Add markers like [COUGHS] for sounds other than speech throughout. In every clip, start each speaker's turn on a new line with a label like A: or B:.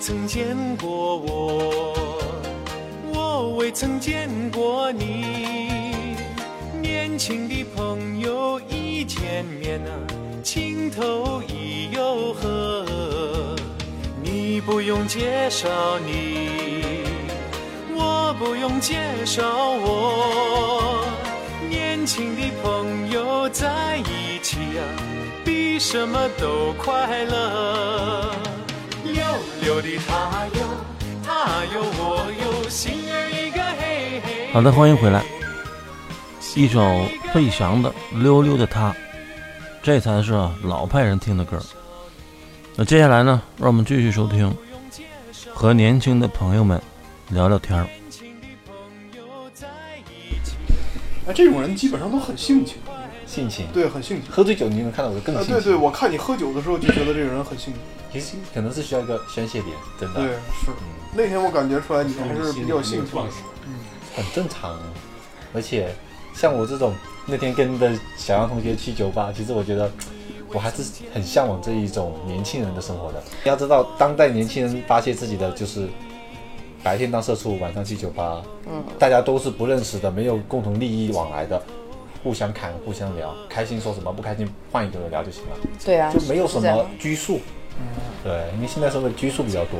A: 曾见过我，我未曾见过你。年轻的朋友一见面啊，情投意又合。你不用介绍你，我不用介绍我。年轻的朋友在一起啊，比什么都快乐。溜溜的他哟，他哟我哟，心儿一个嘿嘿。
B: 好的，欢迎回来。一首费翔的《溜溜的她》，这才是老派人听的歌。那接下来呢，让我们继续收听，和年轻的朋友们聊聊天儿。
C: 哎，这种人基本上都很性情，
D: 性情。
C: 对，很性情。
D: 喝醉酒你能看到我的更
C: 啊，
D: 性情。
C: 对对，我看你喝酒的时候就觉得这个人很性情。
D: 其实可能是需要一个宣泄点，真的。
C: 对，哎是。那天我感觉出来你还是比较性情的。
D: 很正常。而且像我这种那天跟的小杨同学去酒吧，其实我觉得我还是很向往这一种年轻人的生活的。你要知道，当代年轻人发泄自己的就是白天当社畜，晚上去酒吧，
C: 嗯，
D: 大家都是不认识的，没有共同利益往来的。互相侃，互相聊，开心说什么，不开心换一个人聊就行了，
E: 对啊，
D: 就没有什
E: 是这样
D: 么拘束。
F: 嗯
D: 对，因为现在社会拘束比较多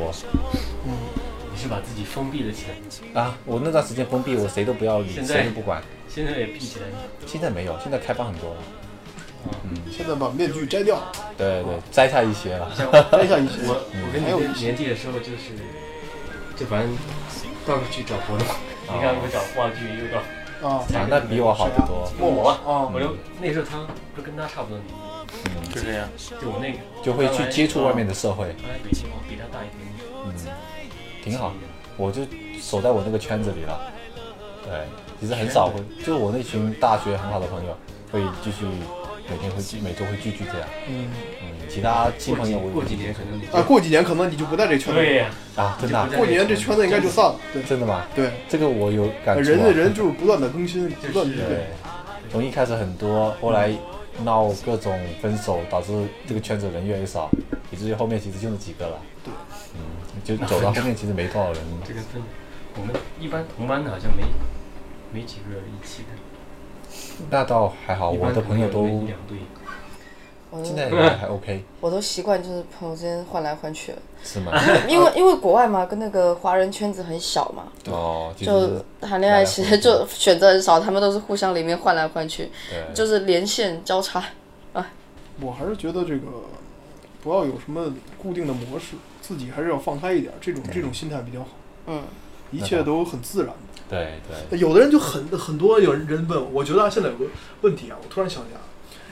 F: 你是把自己封闭了起来，
D: 啊。我那段时间封闭，我谁都不要理，
F: 现在
D: 谁都不管。
F: 现在也闭起来了。
D: 现在没有，现在开放很多了。
C: 现在把面具摘掉， [LAUGHS]
D: 对对，摘下一些了。
F: 像我
C: 摘下一些。
F: 我我跟你们年纪的时候就是，就反正到处去找活动， [LAUGHS] 你看我找话剧又找，
C: 啊
D: 啊，那比我好得多。
F: 默默啊，
C: 啊
F: 我，就那时候他不跟他差不多年纪，
A: 就这样。
F: 嗯就我那个
D: 就会去接触外面的社会，
F: 刚来北京，我比他大一点点，
D: 嗯，挺好。我就守在我那个圈子里了。对，其实很少会，就是我那群大学很好的朋友，会继续每天会聚，每周会聚聚这样。
C: 嗯，
D: 嗯，其他新
F: 过
D: 朋
F: 几
D: 友我
F: 过几年可能你
C: 啊，过几年可能你就不在这圈子
F: 对
C: 里，
F: 呀，
D: 啊，真的啊
F: 就不
C: 过几年这圈子应该就散了。对
D: 真的吗？
C: 对，
D: 这个我有感触啊。
C: 人的人就是不断的更新，不断的
D: 对
C: 变。，
D: 从一开始很多，后来闹各种分手，导致这个圈子人越来越少，以至于后面其实就那几个了。
C: 对，
D: 嗯，就
G: [LAUGHS]
D: 走到后面其实没多少人。
F: 这个分，我们一般同班的好像没没几个一起的，
D: 那倒还好，
F: 一
D: 我
F: 般
D: 的朋友
F: 可能有
D: 都
F: 一两对，
E: 我
D: 现
E: 都
D: 在也还 OK，
E: 我都习惯就是朋友之间换来换去了，
D: 是吗？
E: 因为因为国外嘛，跟那个华人圈子很小嘛，
D: 哦，就
E: 就是谈恋爱其实就选择很少，他们都是互相里面换来换去，
D: 对，
E: 就是连线交叉。
C: 我还是觉得这个不要有什么固定的模式，自己还是要放开一点，这种这种心态比较好，
E: 嗯，
C: 一切都很自然。
D: 对对，
G: 有的人就很很多有人问我，我觉得啊现在有个问题啊，我突然想起来，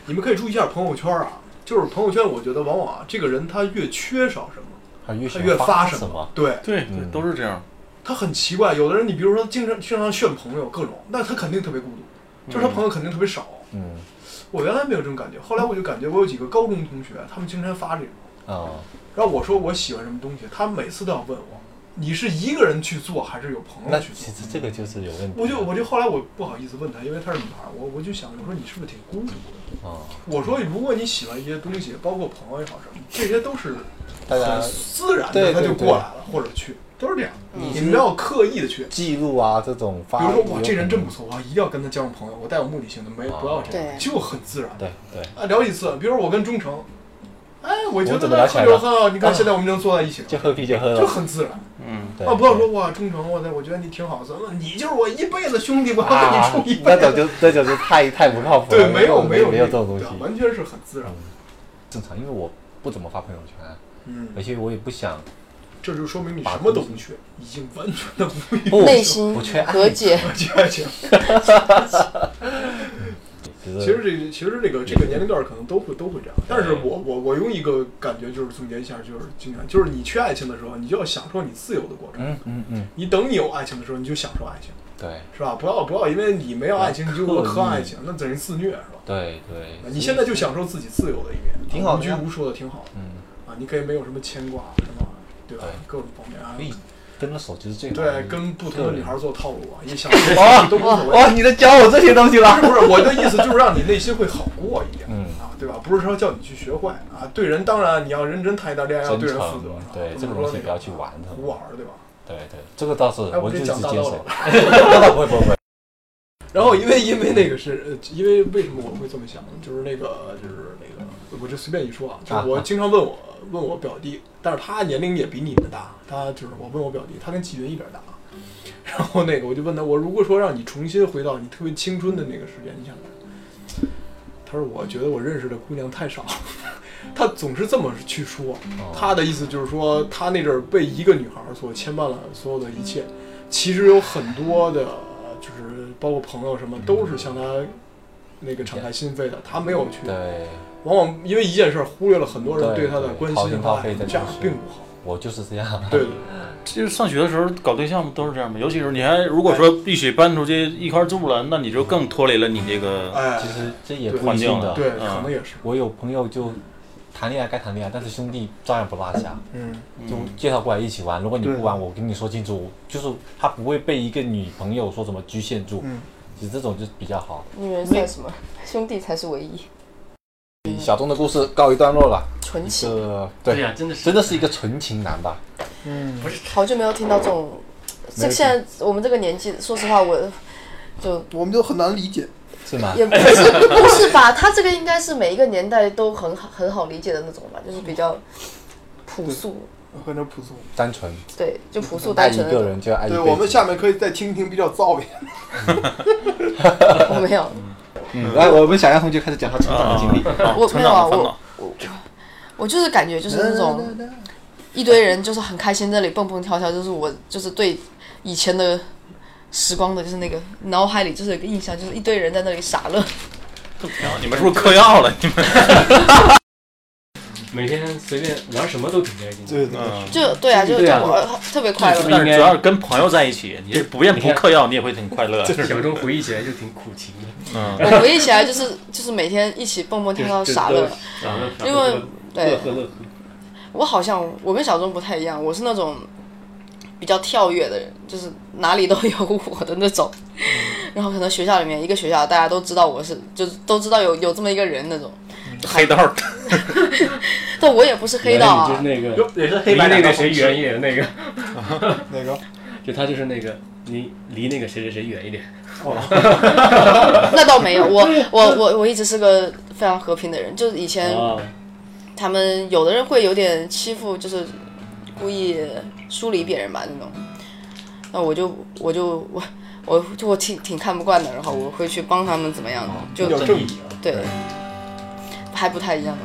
G: 你们可以注意一下朋友圈啊，就是朋友圈，我觉得往往啊，这个人他越缺少什么，
D: 他越
G: 他
D: 喜
G: 越
D: 欢
G: 发
D: 什
G: 什
D: 么？
G: 对
A: 对对
D: 嗯，
A: 都是这样。
G: 他很奇怪。有的人你比如说经常经常炫朋友各种，那他肯定特别孤独，就是他朋友肯定特别少。
D: 嗯
G: 我原来没有这种感觉，后来我就感觉我有几个高中同学，他们经常发这种，
D: 啊，
G: 然后我说我喜欢什么东西，他每次都要问我，你是一个人去做还是有朋
D: 那
G: 友去
D: 其
G: 做？
D: 实这个就是有问题的。啊
G: 我就我就后来我不好意思问他，因为他是女孩，我我就想我说你是不是挺孤独的？
D: 啊，
G: 我说如果你喜欢一些东西，包括朋友也好什么，这些都是
D: 大家
G: 很自然
D: 对
G: 的，他
D: 对
G: 就
D: 对嗯
G: 过来了，或者去都是这样的。
D: 你
G: 你
D: 是
G: 不要刻意的去，
D: 记录啊这种发，
G: 比如说哇这人真不错，我一定要跟他交上朋友，我带有目的性的，没不要这
E: 对
G: 样，就很自然。
D: 对对，
G: 啊，聊几次，比如说我跟忠诚，哎，我觉得
D: 我怎么聊
G: 那
D: 起来
G: 喝
D: 了
G: 酒很好，你看现在我们能坐在一起了，
D: 就喝啤酒喝
G: 就
D: 了，
G: 很自然。
A: 嗯，
D: 对
G: 啊，不要说哇，忠诚，我的，我觉得你挺好，怎么你就是我一辈子兄弟，我
D: 啊
G: 要跟你处一，辈
D: 那
G: 子
D: 种。就那种就太太不靠谱了。
G: 对，没有
D: 没
G: 有啊
D: 没
G: 没
D: 有这种东西，
G: 完全是很自然。
D: 正常，因为我不怎么发朋友圈，
G: 嗯，
D: 而且我也不想
G: 这就说明你什么都不缺，已经完全的无欲
D: 不
E: 内心
D: 不缺爱
E: 和解，
G: 无求。其
D: 其
G: 实这个其实这个这个年龄段可能都会都会这样，但是我我我用一个感觉就是总结一下，就是经常就是你缺爱情的时候，你就要享受你自由的过程。
D: 嗯嗯嗯，
G: 你等你有爱情的时候，你就享受爱情，
D: 对
G: 是吧？不要不要，因为你没有爱情，你就
D: 刻意
G: 渴望爱情，那等于自虐，是吧？
D: 对对，
G: 你现在就享受自己自由的一面，
D: 挺好
G: 无
D: 的
G: 拘
D: 呀
G: 无束的，挺好的。
D: 嗯，
G: 啊，你可以没有什么牵挂什么，对吧？
D: 对
G: 各种方面啊，
D: 可以跟着手就是最
G: 对，
D: 难的
G: 跟不同的女孩做套
D: [LAUGHS]
G: 路啊，一想
D: 哇
G: 都无所谓。
D: 哇，哦你在教我这些东西了？
G: 不是我的意思，就是让你内心会好过一点
D: 嗯，
G: 啊，对吧？不是说叫你去学坏啊，对人当然你要认真谈一段恋爱，要
D: 真
G: 对人负
D: 诚
G: 责，，
D: 对
G: 是吧
D: 这个
G: 不能
D: 东
G: 说
D: 西
G: 那
D: 不
G: 个
D: 要去玩它。
G: 胡玩儿，对吧？
D: 对对，这个倒是
G: 哎，我
D: 我
G: 给你
D: 就是
G: 讲
D: 接
G: 大道理
D: [LAUGHS] 受。不会不
G: [LAUGHS]
D: 会不会，
G: 然后因为因为那个是，呃因为为什么我会这么想，就是那个就是那个，我就随便一说啊，就是我经常问我问我表弟，但是他年龄也比你们大，他就是我问我表弟，他跟纪云一边大，然后那个我就问他，我如果说让你重新回到你特别青春的那个时间，你想干嘛？他说我觉得我认识的姑娘太少了， [LAUGHS] 他总是这么去说，
D: 哦
G: 他的意思就是说他那阵儿被一个女孩儿所牵绊了所有的一切，其实有很多的，就是包括朋友什么，都是向他那个敞开心扉的，他没有去，
D: 对，
G: 往往因为一件事儿忽略了很多人
D: 对
G: 对他的
D: 对
G: 关
D: 掏
G: 心
D: 心
G: 和
D: 掏
G: 爱
D: 肺，嗯的
G: 这样
D: 就是
G: 并不好。
D: 我就是这样。
G: [LAUGHS] 对对，
B: 就是上学的时候搞对象都是这样嘛，尤其是你还如果说一起搬出去一块儿住了，那你就更脱离了你这
C: 嗯
G: 对
B: 个
G: 哎
D: 其，实这也
G: 对
D: 不
B: 环
D: 一定
B: 境
D: 的。
B: 了
G: 对，
B: 嗯
G: 可能也是，
D: 我有朋友就谈恋爱该谈恋爱，但是兄弟照样不落下，
G: 嗯，
D: 就介绍过来一起玩。如果你
C: 对
D: 不玩，我跟你说清楚，就是他不会被一个女朋友说什么局限住。
C: 嗯
D: 其实这种就比较好。
E: 女人算什么？兄弟才是唯一，
D: 小钟的故事告一段落了，
E: 纯
D: 一
E: 情。
D: 个
F: 对
D: 对，
F: 呀、真的是
D: 真的是一个纯情男吧？
C: 嗯，
E: 好久没有听到这种，
D: 没
E: 这
D: 有听
E: 现在我们这个年纪，说实
D: [LAUGHS]
E: 话，我就
C: 我们就很难理解。
D: 是吗？
E: 也不是不是吧？他这个应该是每一个年代都很好很好理解的那种吧，就是比较朴素，
C: 很着朴素，
D: 单纯，
E: 对，就朴素
D: 爱
E: 单
D: 一
E: 纯的
D: 个
E: 那种。
D: 人就要爱一辈
C: 对
D: 子。
C: 我们下面可以再听一听比较燥一
G: [LAUGHS]
C: 点。
E: 我没有，
D: 嗯，来，我们小杨同学开始讲他成长的经历。
E: 我没有啊，
B: 成长的烦
E: 我
B: 恼
E: 我我就是感觉就是那种一堆人就是很开心，这里蹦蹦跳跳，就是我就是对以前的时光的，就是那个脑海里就是有个印象，就是一堆人在那里傻乐。
B: 不挺好。你们是不是嗑药了？你们
F: 每天随便玩什么都挺开心的。
C: 对对，
B: 嗯
E: 就对啊，就
F: 对啊
E: 就我特别快乐。
B: 但是主要是跟朋友在一起，你是不愿不嗑药，你也会挺快乐。
A: [LAUGHS]
F: 小时候回忆起来就挺苦情
E: [LAUGHS]
F: 的，
B: 嗯，
E: 我回忆起来就是就是每天一起蹦蹦跳跳
F: 就是
E: 傻乐，，
F: 傻乐，
E: 因为对
F: 乐呵乐呵，
E: 我好像我跟小钟不太一样，我是那种比较跳跃的人，就是哪里都有我的那种。
F: 嗯
E: [LAUGHS] 然后可能学校里面一个学校大家都知道我是，就是都知道有有这么一个人那种。
B: 黑道儿
E: 但我也不是黑道啊，
F: 原来你就是那个。
G: 哟，也是
F: 离
G: 黑白
F: 那
G: 两
F: 个
G: 道
F: 谁远一点，那个
C: 哪个？
F: 就他就是那个离离那个谁谁谁远一点，
E: 那倒没有，
F: [LAUGHS]
E: 我我我我一直是个非常和平的人，就是以前
F: 啊，
E: 他们有的人会有点欺负，就是故意疏离别人吧那种。那我就我就我我就我挺挺看不惯的，然后我会去帮他们怎么样，就
G: 比较正义啊，
E: 对，还不太一样。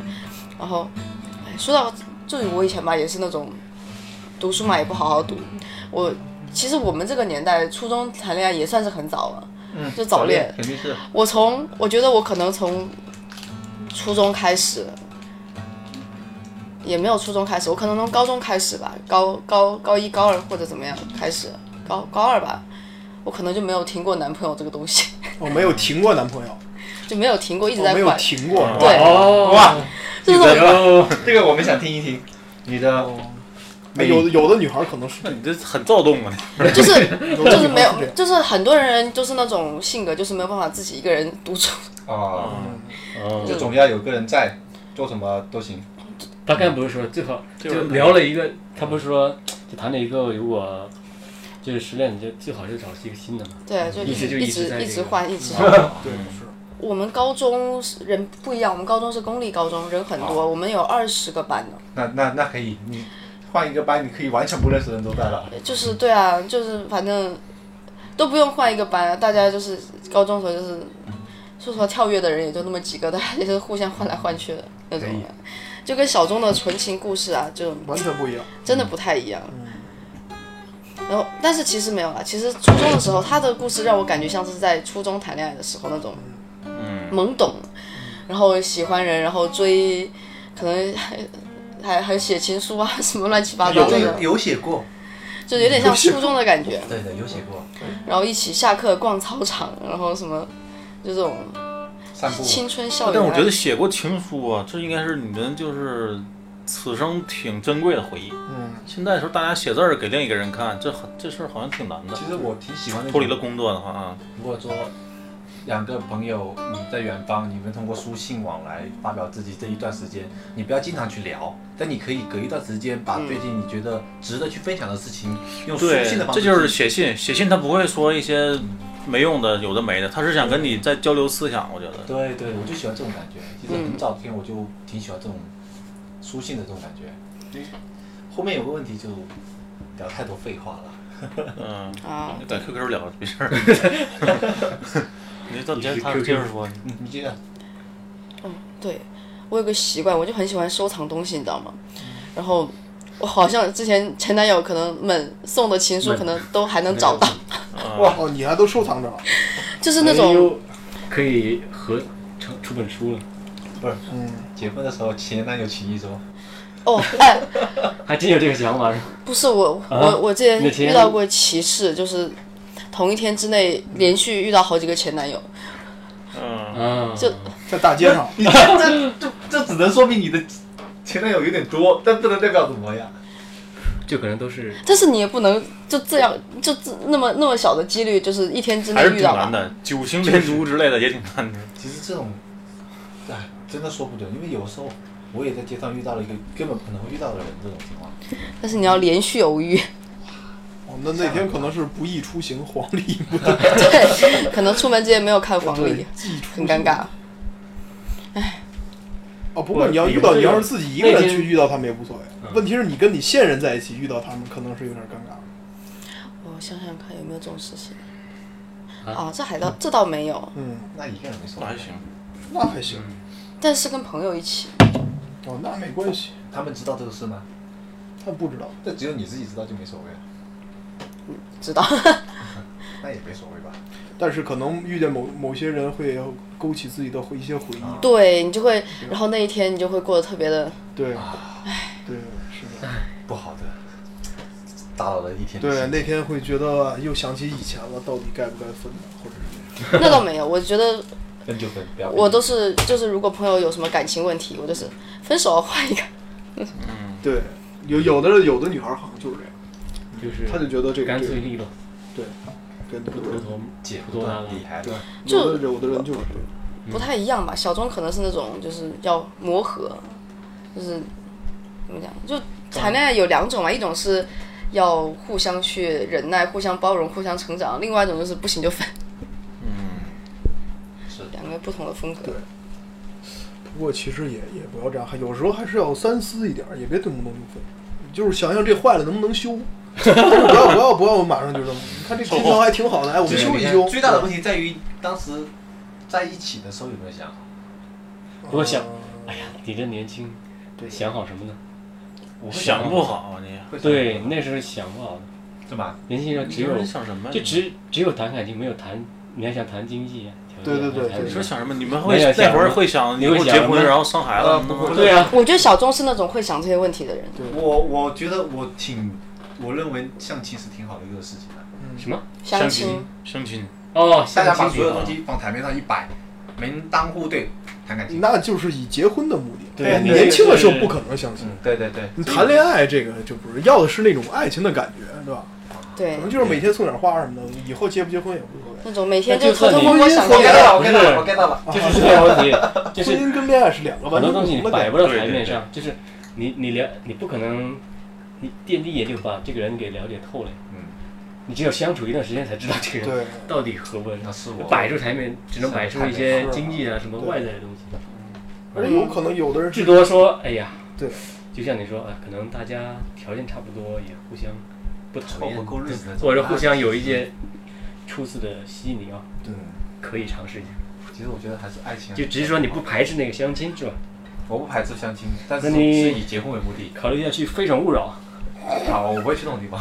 E: 然后哎说到就是我以前吧，也是那种读书嘛，也不好好读。我其实我们这个年代初中谈恋爱也算是很早了，就早恋。
F: 肯定是
E: 我从我觉得我可能从初中开始，也没有初中开始，我可能从高中开始吧，高高高一高二或者怎么样开始，高高二吧，我可能就没有停过男朋友这个东西， [LAUGHS]
C: 我哦没有停过男朋友，
E: 就没有停过，一直
C: 我
G: 哦
E: 在
C: 没有
E: 换，
C: 停过。是吧
E: 对，
F: 哦哇，
E: 就是那种
F: 哦，
D: 这个我们想听一听，你的
C: 哎有的有的女孩可能是
B: 那你这很躁动啊！
F: [LAUGHS]
E: 就是就是没有
C: 有的女孩是这，样
E: 就是很多人就是那种性格，就是没有办法自己一个人独处，
D: 啊，
E: 就
F: 哦
D: 就总要有个人在，做什么都行。
F: 他刚才不是说最好
B: 是
F: 就聊了一个，他不是说就谈了一个如果就是失恋就最好就找一个新的嘛，
E: 对，就
F: 一直就
E: 一
F: 一直在
E: 一
F: 这
E: 直
F: 个嗯
E: 换，一直换。
D: 哦
C: 对
G: 嗯
C: 是
E: 我们高中是人不一样，我们高中是公立高中，人很
F: 哦
E: 多，我们有二十个班呢。
D: 那那那可以，你换一个班，你可以完全不认识的人都在了。
E: 就是对啊，就是反正都不用换一个班啊，大家就是高中时候就是，
F: 嗯
E: 说实话跳跃的人也就那么几个，大家也是互相换来换去的那种的，就跟小钟的纯情故事啊，就
C: 完全不一样。
E: 真的不太一样。然后，但是其实没有啊，其实初中的时候，他的故事让我感觉像是在初中谈恋爱的时候那种
B: 嗯，
E: 懵懂，然后喜欢人，然后追，可能还还还写情书啊， [LAUGHS] 什么乱七八糟的，
D: 有写过，
E: 就有点像初中的感觉。
D: 对的，有写过，
E: 然后一起下课逛操场，然后什么，就这种
D: 散步。
E: 青春校
B: 但
E: 园啊。
B: 我觉得写过情书啊，这应该是你们就是
A: 此生挺珍贵的回忆。
G: 嗯，
A: 现在的时候，大家写字儿给另一个人看，这很这事儿好像挺难的
D: 其。实我挺喜欢那
A: 脱离了
D: 种
A: 工作的话啊，
D: 如果说两个朋友你在远方，你们通过书信往来发表自己这一段时间，你不要经常去聊，但你可以隔一段时间把最近你觉得值得去分享的事情，用书
A: 对
D: 信的，方
A: 这
D: 式去，
A: 就是写信。写信他不会说一些没用的，有的没的，他是想跟你在交流思想。我觉得，
D: 对对，我就喜欢这种感觉。其实很早之前我就挺喜欢这种书信的这种感觉。后面有个问题就聊太多废话了。
A: 嗯，
E: 啊，
A: 在 QQ 聊没事 [LAUGHS] 儿。你到底他
D: 你是 QQ
A: 接着说，
D: 嗯，你觉得？
E: 嗯，对，我有个习惯，我就很喜欢收藏东西，你知道吗？然后我好像之前前男友可能们送的情书，可能都还能找到，
G: 哇哦，你还都收藏着了，
E: 就是那种
F: 哎可以合成出本书了，
G: 嗯，
D: 结婚的时候前男友提议说， [LAUGHS]
E: 哦，哎，
F: 还真有这个想法是吧？
E: 不是我，
A: 啊
E: 我我之
F: 你的
E: 前
F: 前
E: 遇到过歧视，就是同一天之内连续遇到好几个前男友，
A: 嗯，
F: 啊，
E: 就
G: 在大街上，
D: 你这这这这只能说明你的前男友有点多，但不能代表怎么样。
F: 就可能都是
E: 但是你也不能就这样，就这那么那么小的几率，就是一天之内
A: 还是
E: 遇
A: 挺
E: 到
A: 难
E: 吧。
A: 的，九星连珠之类的也挺 [LAUGHS] 难的。
D: 其实这种，哎，真的说不准，因为有时候我也在街上遇到了一个根本不可能会遇到的人，这种情况。
E: 但是你要连续偶遇， [LAUGHS]
G: 哦，那那天可能是不易出行，黄历不得
E: 对，可能出门之前没有看黄历
G: 对，，记出
E: 很尴尬。
G: 哦，不过你要遇到，你要是自己一个人嗯去遇到他们也无所谓。问题是你跟你现任在一起遇到他们，可能是有点尴尬。
E: 我想想看有没有这种事情。
F: 啊
E: 啊，这还倒这倒没有，
G: 嗯，
D: 那一个人没说
A: 那还行，
G: 那还行，
E: 但是跟朋友一起，
G: 哦，那没关系。
D: 他们知道这个事吗？
G: 他不知道，
D: 这只有你自己知道就没所谓了，
E: 知道？ [LAUGHS]
D: 那也没所谓吧。
G: 但是可能遇见某某些人会勾起自己的回一些回忆。
E: 对你就会，然后那一天你就会过得特别的，
G: 对，对，是的，
D: 不好的，打扰了一天的
G: 对，啊
D: 心情。
G: 那天会觉得又想起以前了，到底该不该分呢？或者是
E: 那倒没有。我觉得
D: 分就分，不要。
E: 我都是就是，如果朋友有什么感情问题，我就是分手啊换一个。
G: 对，有有的有的女孩好像就是这样，
F: 就是
G: 她就觉得这个
F: 干
G: 这个
F: 脆利落，
G: 对
F: 不多
G: 对，
F: 琢磨，
D: 姐
F: 不
D: 夫
F: 多
D: 断
F: 了。
D: 厉害，
G: 对
E: 就
G: 有的有的人就是这样。
E: 不太一样吧。小钟可能是那种就是要磨合，就是怎么讲，就谈恋爱有两种嘛，一种是要互相去忍耐、互相包容、互相成长，另外一种就是不行就分，
F: 嗯
D: 是
E: 两个不同的风格
G: 对。不过其实也也不要这样，还有时候还是要三思一点儿，也别动不动就分，就是想想这坏了能不能修，但是不要不要不要马上就扔。你看这金条还挺好的，哎，我们修一修。
D: 最大的问题在于当时在一起的时候有没有想好？
F: 不过想，哎呀，你这年轻，
G: 啊对
F: 想好什么呢？
D: 我会
A: 想不好啊你，
D: 会想
F: 对，你那时候想不好的，
D: 是吧？
F: 年轻人只
A: 你说
F: 有
A: 你想什么呀？
F: 就只只有谈感情，没有谈，你还想谈经济啊？
G: 对对对
F: 还
G: 对
A: 你
F: 是
A: 说想什么？你们
F: 没
A: 会
F: 有想
A: 那会儿
F: 过
A: 会想
F: 你
A: 以
F: 会
A: 后
F: 想
A: 结
F: 什么
A: 婚，然后生孩子
G: 呃
A: 吗，
G: 不会
F: 对啊，
E: 我觉得小钟是那种会想这些问题的人，
D: 我我觉得我挺，我认为相亲是挺好的一个事情啊。
F: 什么？
E: 相
A: 亲
E: 亲，
A: 相亲，
F: 哦，
D: 大家
F: 相
D: 把所
F: 亲挺
D: 有
F: 好
D: 东。西往台面上一摆，门当户对，谈感情。
G: 嗯那就是以结婚的目的。
F: 对
G: 你
F: 对
G: 年轻的时候
F: 对
G: 不可能相亲，
D: 嗯，对对对，
G: 你谈恋爱这个就不是要的是那种爱情的感觉，对吧？可
E: 对，
F: 嗯
G: 能就是每天送点花什么的，以后结不结婚也无所谓。
E: 那种每天
F: 那就
E: 偷
F: 算
E: 偷摸
F: 你
E: 摸想
D: 我
E: 这
D: get
E: 个，
D: 到了，我 get 到了，我 get 到了。
F: 就是这个问题，就
G: 婚
F: 是
G: 姻跟恋爱是两个
F: 很
G: 完
F: 多
G: 全
F: 东
G: 不
F: 西你
G: 同的
F: 摆
G: 概
F: 不
G: 念。
F: 到台面上，就是你你了你不可能，你电梯也就把这个人给了解透了，
D: 嗯，
F: 你只有相处一段时间才知道这个人
G: 对，
F: 到底合不合
D: 嗯那是我
F: 摆出台面只能摆出一些经济啊什么外在的东西，
G: 而且有可能有的人是
F: 至多说哎呀，
G: 对，
F: 就像你说啊，可能大家条件差不多，也互相不讨
D: 凑合
F: 厌，
D: 过日子的，
F: 或者互相有一些初次的吸引力啊，
D: 对。
F: 可以尝试一下。
D: 其实我觉得还是爱情，啊
F: 就只是说你不，排斥那个相亲是吧？
D: 我不排斥相亲，但是
F: 那你
D: 是以结婚为目的。
F: 考虑一下去《非诚勿
D: [LAUGHS]
F: 扰
D: 啊，我不会去那种地 [LAUGHS] 方，》，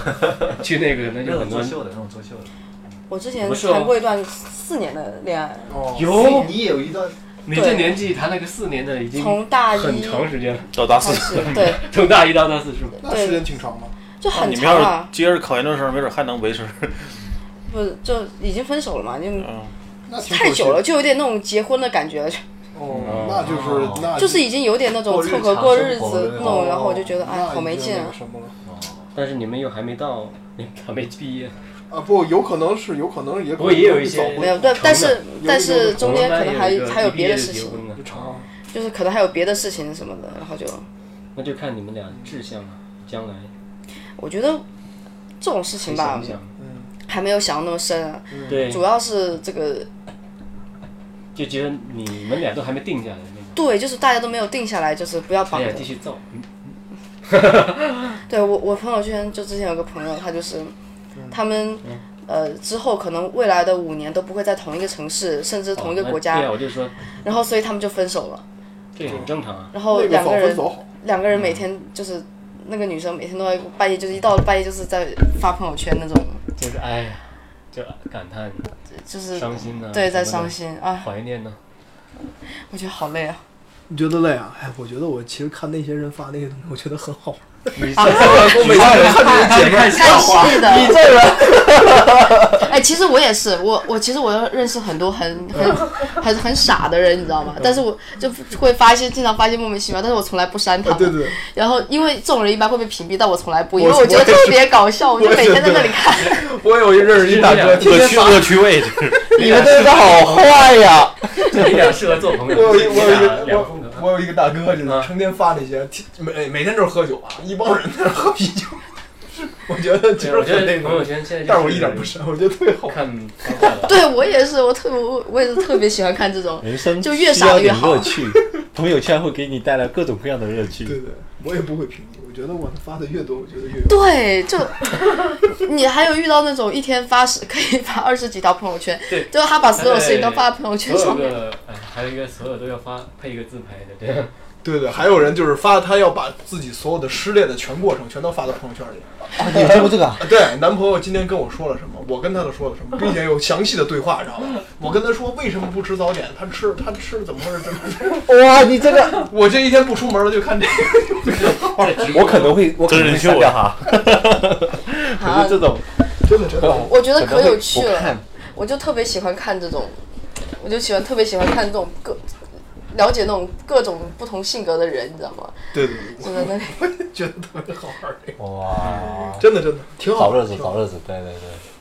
F: 去那个可能
D: 那
F: 就
D: 种
F: 很
D: 作
F: 多人
D: 秀的，那种作秀的。
E: 我之前
F: 不是哦
E: 谈过一段四年的恋爱，
G: 哦，
F: 嗯有
D: 你也有一段，
F: 你这年纪谈了个四年的，已经
E: 从大
F: 很
E: 一
F: 长时间了，
A: 到大
E: 开
A: 四，
E: 始，对，
F: 从大一到大四是吧？
G: 那时间挺长的。
E: 就
F: 哦
A: 啊
E: 很
A: 你们
E: 长
A: 要是
E: 啊，
A: 接着考研究生，没准还能维持。
E: 不是就已经分手了嘛，就
A: 嗯，
G: 那挺
E: 太
G: 可惜
E: 久了，就有点那种结婚的感觉了。就
F: 嗯
G: 哦，那哦
C: 那就是
D: 哦
C: 那
E: 就是已经有点那种
D: 过日
E: 凑
D: 常
E: 合过日
D: 生活的
E: 子
D: 那
E: 那
D: 种
E: 种，然后我就觉得
C: 那
E: 哎，
C: 已经
E: 好没劲
C: 那
E: 啊
C: 个。什么了
F: 但是你们又还没到，你们还没毕业，
C: 啊？不，有可能是，有可能也
F: 不过也有一
C: 走
F: 些
C: 回
E: 没有，但但是
C: 有
E: 但
C: 有有
E: 是中间可能还
F: 我们班有一个
E: 还有
F: 一
E: 别
F: 毕业
E: 的
F: 就
E: 事
F: 结
E: 情，
F: 婚啊了
C: 就长
E: 就是可能还有别的事情什么的，然后就
F: 那就看你们俩志向了，将来
E: 我觉得这种事情
F: 谁
E: 吧
F: 想不，想？
G: 嗯
E: 还没有想那么深啊，
F: 对，
E: 主要是这个
F: 就觉得你们俩都还没定下来，那
E: 对，就是大家都没有定下来，就是不要
F: 个，
E: 绑
F: 咱俩
E: 着
F: 哎继。续造，
E: 对我，我朋友圈就之前有个朋友，他就是他们呃之后可能未来的五年都不会在同一个城市，甚至同一个国
F: 哦那对啊，
E: 家，
F: 我就说
E: 然后所以他们就分手了。
F: 这个很正常啊。
E: 然后
C: 那个
E: 两
C: 早
E: 个
C: 分
E: 人
C: 早好，
E: 两个人每天就是那个女生每天都在半夜，就是一到半夜就是在发朋友圈那种，
F: 就是哎呀，就感叹、
E: 就是
F: 伤心呐，
E: 对在
F: 什么
E: 伤
F: 的、
E: 心啊，
F: 怀念呢。
E: 我觉得好累啊。
C: 你觉得累啊？哎，我觉得我其实看那些人发那些东西，我觉得很好玩。
E: 看戏啊的，你这人， [LAUGHS] 哎，其实我也是，我我其实我认识很多很很很很傻的人，你知道吗？但是我就会发一些经常发一些莫名其妙，但是我从来不删他
C: 啊，
E: 们。
C: 对对，
F: [LAUGHS]
C: 对
E: 然后因为这种人一般会被屏蔽，但我从来不，因为
C: 我
E: 我觉得特别搞笑，我就每天在那里看。
C: 我有一认识一大哥，天
B: 恶
C: 天
B: 趣
C: 发，
B: 恶趣味，这是
F: 哎
D: 你们真的好坏呀！
F: 你俩适合做朋友，
C: 我有一我有一
F: 你
C: 个
F: 俩两个风格。
G: 我有一个大哥，就
D: [LAUGHS]
F: 啊
G: 是成天发那些，天每每天就是喝酒啊，一帮人在那儿喝啤酒。 [LAUGHS] 我觉得其
F: 对
G: 实
F: 我觉
G: 很那
F: 得朋友
G: 个，
F: 圈现在就，
G: 但是我一点不深，我觉得特别好玩。
F: 看八卦了。
E: 对我也是，我特我我也是特别喜欢看这种。
D: 人生
E: 就越
D: 需要
E: 傻越
D: 点
E: 好
D: 乐趣， [LAUGHS] 朋友圈会给你带来各种各样的乐趣。
G: 对对，我也不会屏蔽，我觉得我发的越多，我觉得越有。
E: 对，就 [LAUGHS] 你还有遇到那种一天发十可以发二十几条朋友圈，
F: 对
E: 就是他 [LAUGHS] 把所有事情
D: 哎
E: 都发在朋友圈
F: 哎所有
E: 上面。
F: 个哎，还有一个所有都要发配一个自拍的，对，
G: 对对，还有人就是发他要把自己所有的失恋的全过程全都发到朋友圈里。
D: 啊，你有见过这个啊？
G: 啊对，男朋友今天跟我说了什么，我跟他的说了什么，并且有详细的对话，知道吧？我跟他说为什么不吃早点，他吃他吃怎么回事？怎么回事？
D: 哇，你这个，
G: [LAUGHS] 我这一天不出门了，就看这个。
D: 我可能会，我可能会删掉哈。可
E: 啊
D: 是这种，
G: 真的真的，
E: 我觉得呃可有趣
D: 我看 [LAUGHS]
E: 了，我就特别喜欢看这种，我就喜欢特别喜欢看这种各了解那种各种不同性格的人，你知道吗？
G: [LAUGHS] 对对对，
E: 就在那里。
G: 我觉得特别好玩儿，这个
D: 哇，
G: 真的真的挺好
D: 找
G: 玩儿。
D: 乐子，
G: 挺好
D: 找
G: 玩儿
D: 乐子，对对对，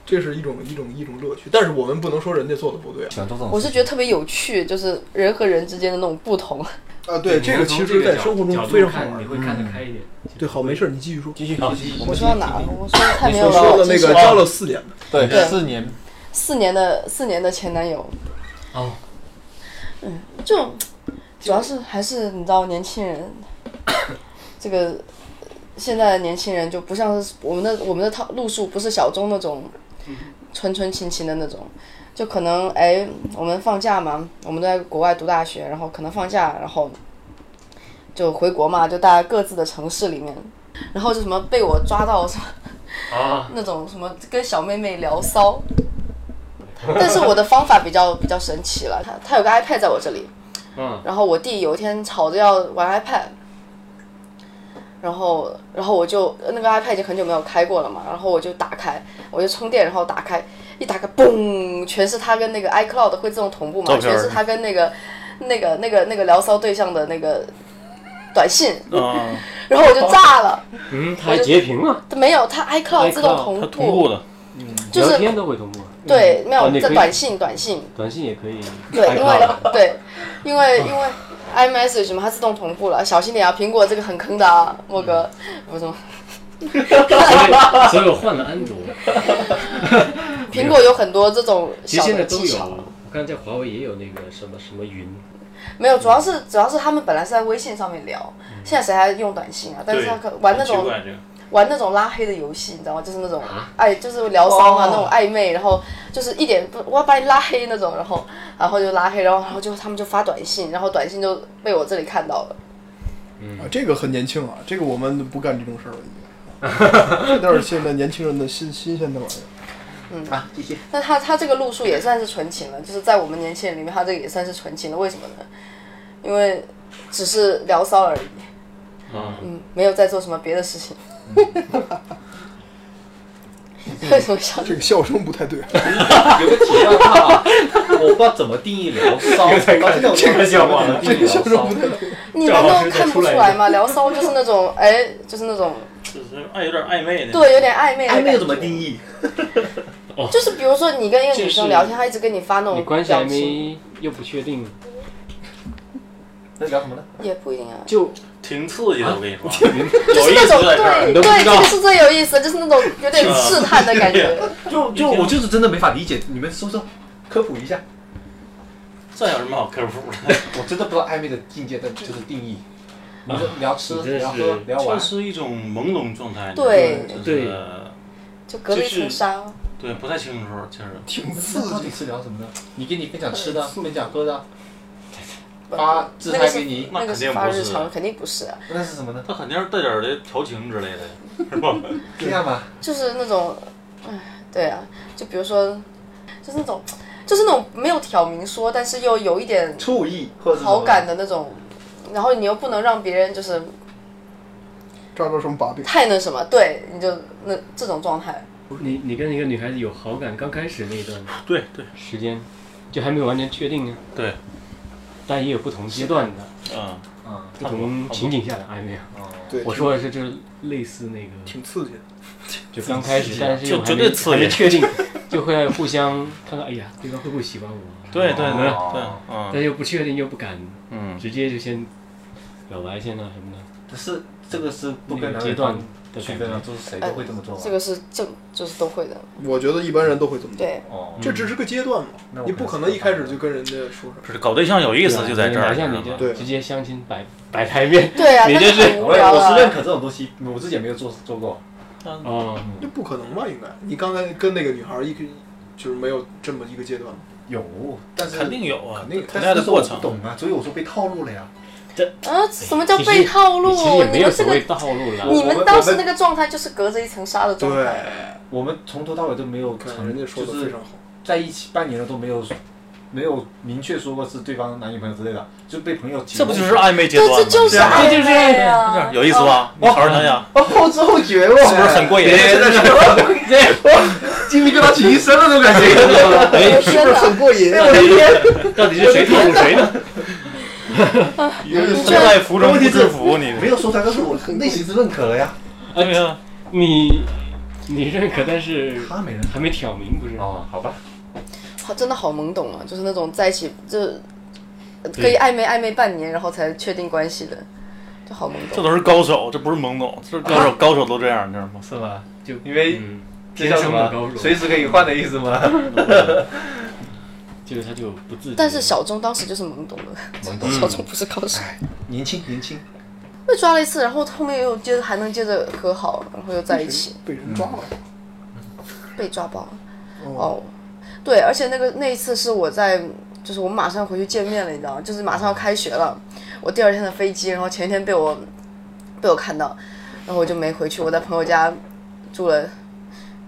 G: 这是一种一种一种乐趣，但是我们不能说人家做的不对啊。
D: 喜欢做这种。
E: 我是觉得特别有趣，就是人和人之间的那种不同。
C: 啊，对，这个其实，在生活中非常好
F: 看，你
C: 玩。
F: 会看得开一点。
C: 对，好，没事，你继续说。
D: 继续啊，我
E: 我
D: 们
E: 说到哪了？我说的太没有
G: 我说
E: 逻
G: 的
E: 辑
G: 那
E: 性
G: 个
E: 了。
G: 交了四年的，
D: 对
E: 对
D: 四年，
E: 四年的四年的前男友，嗯
F: 哦，
E: 就主要是还是你知道年轻人，这个呃现在的年轻人就不像是我们的我们的套路数不是小钟那种纯纯情情的那种，就可能哎我们放假嘛，我们都在国外读大学，然后可能放假，然后就回国嘛，就大家各自的城市里面，然后就什么被我抓到什么。
F: 啊，
E: 那种什么跟小妹妹聊骚，但是我的方法比较比较神奇了。他他有个 iPad 在我这里，
F: 嗯，
E: 然后我弟有一天吵着要玩 iPad，然后然后我就那个 iPad 已经很久没有开过了嘛，然后我就打开，我就充电，然后打开，一打开，嘣，全是他跟那个 iCloud 会自动同步嘛，全是他跟那个那个那个那个聊骚对象的那个短信，
B: 啊，
E: [LAUGHS] 然后我就炸了，
F: 嗯，他还截屏了，
E: 没有，他 iCloud 自动
F: iCloud，
E: 同
B: 他同步的，
E: 就
F: 聊
E: 是
F: 天都会同步，
E: 对，没
F: 哦
E: 有
F: 你
E: 在
F: 可以
E: 短信，短信，
F: 短信也可以。
E: [LAUGHS] 对，因为 [LAUGHS]
F: [LAUGHS] 了，
E: 对，因为因为 iMessage 嘛，它自动同步了，小心点啊！苹果这个很坑的啊，莫哥，不是吗？
F: 所有换了安卓，
E: 苹果有很多这种
F: 其实
E: 小
F: 现
E: 的
F: 在都
E: 技
F: 有，啊
E: 巧，
F: 我看在华为也有那个什么什么云，
E: 没有，主要是主要是他们本来是在微信上面聊，
F: 嗯
E: 现在谁还用短信啊？但是他可玩那种玩那种拉黑的游戏，你知道吗？就是那种
F: 啊
E: 爱，就是聊骚
F: 哦
E: 啊，那种暧昧，然后就是一点不，我要把你拉黑那种，然后然后就拉黑，然后然后就他们就发短信，然后短信就被我这里看到了。
C: 啊，这个很年轻啊，这个我们不干这种事儿了，已经。那是现在年轻人的新新鲜的玩意儿。
E: 那他他这个路数也算是纯情了，就是在我们年轻人里面，他这个也算是纯情了。为什么呢？因为只是聊骚而已，
F: 啊，嗯
E: 嗯，没有在做什么别的事情。 [LAUGHS] 为什么想
C: 这个笑声不太对，
H: 有个题外话，我不知道怎么定义聊骚，我到现在我
F: 这个笑话
H: 了
F: 了，
H: 这个笑
C: 声不太对。
E: 你难
F: 赵
E: 道
F: 老师再
E: 看不
F: 出
E: 出
F: 来一
E: 来
F: 个
E: 吗？聊骚就是那
F: [LAUGHS]
E: 种，哎，就是那种，
B: 就是爱有点暧昧的。
E: 对，有点暧昧的
H: 暧
E: 感觉。
H: 昧怎么定义？
E: 就是比如说你跟一个女
F: 就是
E: 生聊天，她一直跟你发那
F: 你
E: 种
F: 关系
E: 哦表
F: 还
E: 情，
F: 没又不确定，
H: 那聊什么呢？
E: 也不一定啊。
F: 就
A: 挺刺激的，我跟你说，
E: 就是
A: 有意
E: 那
A: 思
E: 种
A: 在这儿，
E: 对
F: 你都不
E: 对，
F: 知
E: 这
F: 道
E: 个是最有意思的，就是那种有点试探的感
F: [LAUGHS]
E: 觉。
H: 就就我就是真的没法理解，你们说说，科普一下，
A: 这有什么好科普的？
D: 我真的不知道暧昧的境界的就是定义。你说聊吃
F: 啊你真、是
D: 聊喝、聊
A: 这
D: 玩，
A: 啊是一种朦胧状态，
E: 对
A: 就是
F: 对
E: 就隔了一层纱，
A: 对，不太清楚，其实
D: 挺刺激。到底是聊什么呢？你给你分享吃的，分享喝的，
E: 不
D: 发自
E: 那个
D: 拍
E: 是
D: 给你，
E: 那
A: 那
E: 个是
A: 肯定
E: 发
A: 不是
E: 日常，肯定不是啊，
D: 那是什么呢？
A: 他肯定是带点儿的调情之类的，是吧？
D: 这样吧，
E: 就是那种，唉，对啊，就比如说，就是那种，就是那种没有挑明说，但是又有一点
D: 醋意或者是什么
E: 好感的那种，然后你又不能让别人就是
C: 抓到什么把柄？
E: 太那什么，对，你就那这种状态，
F: 你你跟一个女孩子有好感，刚开始那一段
A: 对对，
F: 时间，就还没有完全确定啊。
A: 对，
F: 但也有不同阶段的、
A: 嗯，
D: 啊，
F: 不同情景下的暧昧啊。
C: 对，
F: 我说的是，就是类似那个，
C: 挺刺激的。
F: 就刚开始，但是
A: 就
F: 又还
A: 绝
F: 没
A: 对刺
F: 还没
A: 激，
F: 确定，就会互相看看，哎呀，对方会不会喜欢我？啊
A: 对对对对
D: 哦，
A: 嗯
F: 但又不确定，又不敢，
A: 嗯，
F: 直接就先表白先啊什么的。
D: 不是这个是不
F: 那
D: 跟
F: 个
D: 男
F: 阶
D: 女
F: 段
D: 方
F: 的
D: 区
F: 感
D: 分了，
F: 觉，
D: 就是谁都会呃这么做吧
E: 这。个是正就是都会的，
C: 我觉得一般人都会这么做，
E: 对，
D: 哦，
C: 这只是个阶段嘛
D: 那，我
C: 你不可能一开始就跟人家说
A: 不是搞对象有意思就在这儿，
F: 哪像你
A: 知道
F: 这
A: 吗
C: 对
F: 直接相亲摆摆牌面
E: 对啊，
F: 你
E: 那
F: 这是
E: 很无
D: 我也
E: 聊
D: 我是认
E: 啊。
D: 可这种东西，我自己也没有做做过。
F: 哦，
C: 这不可能吧？应该，你刚才跟那个女孩一个就是没有这么一个阶段吗？
D: 有，但是
A: 肯定有啊
D: 肯，定，
A: 谈
D: 但
A: 恋爱的
D: 是我
A: 过
D: 不
A: 程，
D: 懂啊，所以我说被套路了呀。
E: 啊，什么叫
F: 其实
E: 被套路
F: 你其实也？没
E: 你
F: 有
E: 们这
F: 所
E: 个
F: 谓套路啦。
E: 你
D: 我
E: 们
D: 们
E: 当
D: 我
E: 时
D: 们
E: 那个状态就是隔着一层纱的状态，
D: 我们从头到尾都没有
C: 你看
D: 承
C: 人家说的
D: 就
C: 非
D: 是
C: 常好，
D: 在一起半年了都没有没有明确说过是对方男女朋友之类的，就被朋友
A: 这不就是暧昧阶
E: 这
A: 段吗？
E: 这就是
A: 啊这样
E: 暧
F: 就是
E: 昧啊，
A: 有意思吧？你好好想想，
D: 后知后觉哦，
A: 是不是很过瘾？ [LAUGHS]
D: 经历跟他起一身了都感觉。
E: 啊？我天哪！
C: 过瘾。
F: 到底是谁
A: [LAUGHS]
F: 套路谁呢？
E: [LAUGHS] 啊
A: 身在福中不知福，你
D: 没有说出来，但是我内心是认可了呀。
A: 对不对？
F: 哎你你认可，但是
D: 他没认
F: 还没挑明，不是？
D: 哦，好吧，
E: 好，真的好懵懂啊，就是那种在一起就呃可以暧昧暧昧半年，然后才确定关系的，就好懵
A: 这
E: 懂。
A: 都是高手，这不是懵懂，这是高手，高手都这样，你知道吗？
D: 是吧？
F: 就
D: 因为
F: 嗯，
D: 这叫什
F: 天生的高
D: 么？
F: 手
D: 随时可以换的意思吗？
F: 这个他就不自觉。
E: 但是小钟当时就是懵懂的，小钟不是高手，
D: 年轻，年轻，
E: [LAUGHS] 被抓了一次，然后后面又接着还能接着和好，然后又在一起，
C: 被人抓了，
E: 被抓包了。哦，对，而且那个那一次是我在，就是我们马上回去见面了，你知道吗？就是马上要开学了，我第二天的飞机，然后前一天被我被我看到，然后我就没回去，我在朋友家住了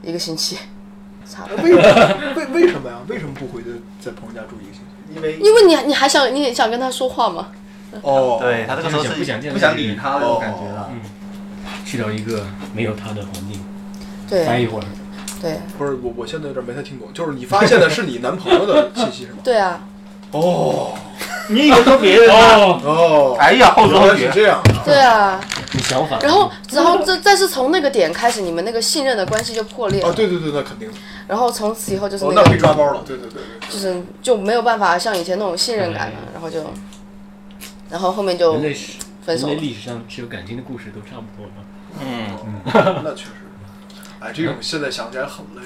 E: 一个星期，差不多。
C: [LAUGHS] 为为为什么呀？为什么不回去在朋友家住一个星期？
D: 因为
E: 因为你你还想你也想跟他说话吗？
C: 哦，
D: 对他这个时候是
F: 不想见
D: 不想理他的那种感觉了。
F: 去到一个没有他的环境待一
E: 对
F: 会儿，
E: 对？
C: 不是我，我现在有点没太听懂，就是你发现的是你男朋友的信息是吗
E: 对啊，
D: [LAUGHS] 你以为说别人哦？
C: 哦，
D: 哎呀，后知
C: 原
D: 后
C: 来是
D: 觉。
C: 这样啊！
E: 对啊。
F: 你想法。
E: 然后
F: [LAUGHS]
E: 然后这但是从那个点开始，你们那个信任的关系就破裂
C: 啊，
E: 了。
C: 对对对，那肯定，
E: 然后从此以后就是
C: 哦，
E: 那
C: 那
E: 个
C: 被抓包了，对对对对，
E: 就是就没有办法像以前那种信任感了，然后就，然后后面就
F: 人类史，
E: 哦分
F: 人
E: 手
F: 类
E: 了。
F: 历史上只有感情的故事都差不多嘛。
C: 嗯那确实，哎，这种现在想起来很累。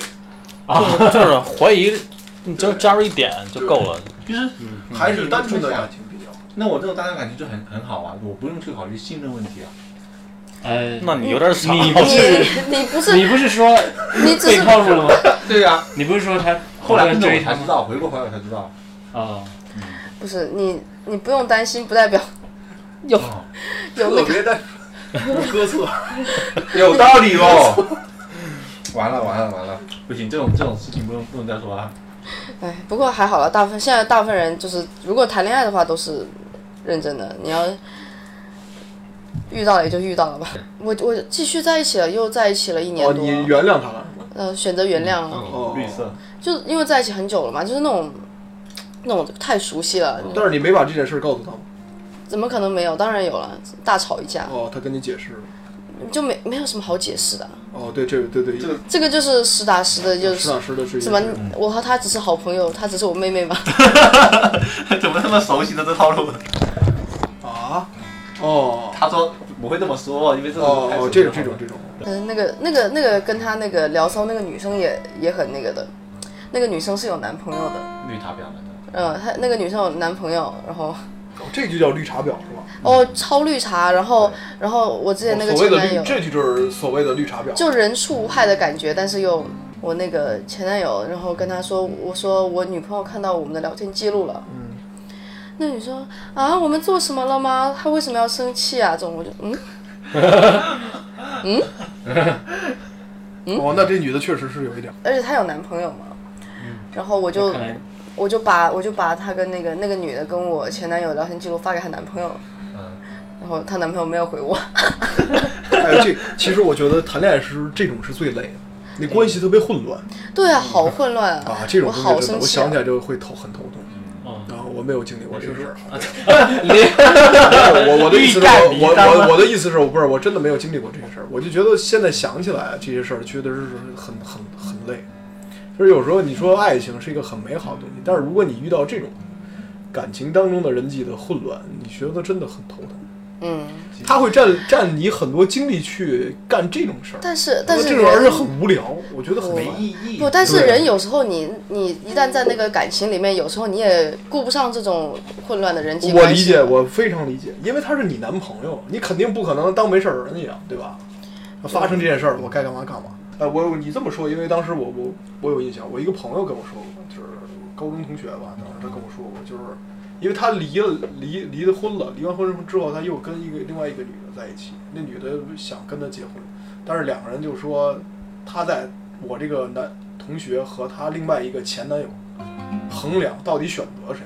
A: 就是怀疑，你只要加入一点就够了。
C: 还是单纯的感情比较好。
D: 那我这种单纯感情就很很好啊，我不用去考虑信任问题啊。
F: 呃，
A: 那你有点傻，
F: 你不是
E: 你你不是
F: 你不是说
E: 你只
F: 被
E: 是
F: 套路了吗？
D: 对啊，
F: 你不是说他
D: 后来跟着
F: 追
D: 我
F: 他
D: 才知道，回过头来我才知道。
F: 啊？
E: 不是你你不用担心，不代表有
D: 哦
E: 有那
C: 特
E: 个
C: 别单纯，哥色。
D: 有道理哦。完了完了完了，不行，这种这种事情不能不能再说了。
E: 哎，不过还好了，大部分现在大部分人就是如果谈恋爱的话都是认真的，你要遇到了也就遇到了吧。我我继续在一起了，又在一起了一年
C: 哦，
E: 多。
C: 你原谅他了是吗？
E: 呃，选择原谅了，
G: 哦，
H: 绿色，
E: 就是因为在一起很久了嘛，就是那种那种太熟悉了，
C: 哦
F: 哦
G: 但是你没把这件事告诉他吗？
E: 怎么可能没有？当然有了，大吵一架
G: 哦，他跟你解释了。
E: 就没没有什么好解释的，
G: 哦，对，这个对对，
H: 这个
E: 这个就是实打实的，就是
G: 实打实的是一啊嗯
E: 什么
G: 件事，
E: 我和他只是好朋友，他只是我妹妹嘛。
H: [LAUGHS] 怎么那么熟悉呢？这套路？ [LAUGHS]
G: 啊？哦
H: 他说不会这么说，因为这种
G: 哦哦，这种这种这种，
E: 嗯，那个那个那个跟他那个聊骚那个女生也也很那个的，那个女生是有男朋友的，
H: 绿茶婊来的，
E: 嗯，她那个女生有男朋友，然后
G: 哦这就叫绿茶婊是吧？哦
E: 哦超绿茶，然后然后我之前那个
G: 嗯所谓
E: 前
G: 的
E: 男
G: 绿
E: 友，
G: 这就就是所谓的绿茶婊。
E: 就人畜无害的感觉，但是又我那个前男友，然后跟他说，我说我女朋友看到我们的聊天记录了，
G: 嗯，
E: 那你说啊，我们做什么了吗？他为什么要生气啊？这种我就嗯，嗯
G: 哦，那这女的确实是有一点，
E: 而且她有男朋友嘛，
G: 嗯
E: 然后我就
F: 看来
E: 我就把我就把她跟那个那个女的跟我前男友聊天记录发给她男朋友，
G: 嗯
E: 然后她男朋友没有回我， [LAUGHS]
G: 哎，这其实我觉得谈恋爱时这种是最累的，你关系特别混乱
E: 对啊，好
G: [LAUGHS]
E: 混乱啊，
G: 啊，这种
E: 我
G: 东
E: 好
G: 西真的，我
E: 生气、啊
G: 想起，来就会头很头痛。
F: 哦，
G: 啊，我没有经历过这个事儿。
A: 你
G: 没啊有我我的意思是
A: 欲盖弥
G: 我
A: 彰
G: 我
A: 吗
G: 我我的意思是我不是我真的没有经历过这个事儿，我就觉得现在想起来这些事儿，觉得是很很很累。就是有时候你说爱情是一个很美好的东西，但是如果你遇到这种感情当中的人际的混乱，你觉得真的很头疼。
E: 嗯，
G: 他会占占你很多精力去干这种事儿，
E: 但是但是
G: 这种而
E: 人
G: 且很无聊，我觉得很
H: 没
G: 烦
H: 意义。
E: 不，但是
G: 对
E: 人有时候你你一旦在那个感情里面，有时候你也顾不上这种混乱的人际
G: 我
E: 关
G: 理
E: 系。
G: 解，我非常理解，因为他是你男朋友，你肯定不可能当没事儿人一样，对吧？发生这件事儿，我该干嘛干嘛。哎，我你这么说，因为当时我我我有印象，我一个朋友跟我说过，就是高中同学吧，当时他跟我说过，就是因为他离了离离了婚了，离完婚之后，他又跟一个另外一个女的在一起，那女的想跟他结婚，但是两个人就说他在我这个男同学和他另外一个前男友衡量到底选择谁。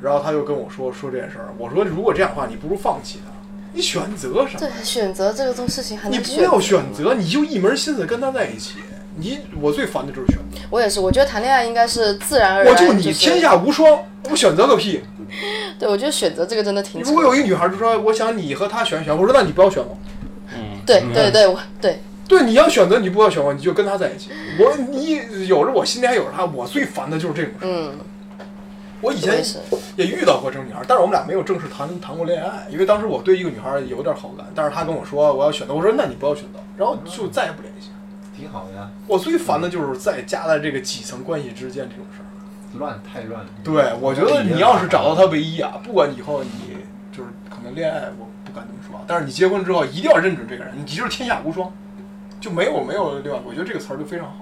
G: 然后他就跟我说说这件事儿，我说如果这样的话，你不如放弃他，你选择什
E: 对
G: 么？
E: 选择这个东事情很
G: 你
E: 难
G: 不
E: 选。
G: 要选择，你就一门心思跟他在一起。你我最烦的就是选择，
E: 我也是，我觉得谈恋爱应该是自然而
G: 我
E: 然。
G: 就你
E: 是
G: 天下无双，我选择个屁！
E: 对，我觉得选择这个真的挺。
G: 如果有一女孩就说我想你和他选一选，我说那你不要选我。
F: 嗯
E: 对对对，我对
G: 对，你要选择你不要选我，你就跟他在一起。我你有着我心里还有着他，我最烦的就是这种事。
E: 嗯，
G: 我以
E: 我
G: 前
E: 也是。
G: 也遇到过这种女孩，但是我们俩没有正式谈谈过恋爱，因为当时我对一个女孩有点好感，但是她跟我说我要选择，我说那你不要选择，然后就再也不联系。
H: 挺好的呀，
G: 我最烦的就是在夹在这个几层关系之间这种事儿。
H: 乱太乱了。
G: 对，我觉得你要是找到她唯一啊，不管以后你就是可能恋爱，我不敢这么说，但是你结婚之后一定要认准这个人，你就是天下无双，就没有没有另外，我觉得这个词儿就非常好。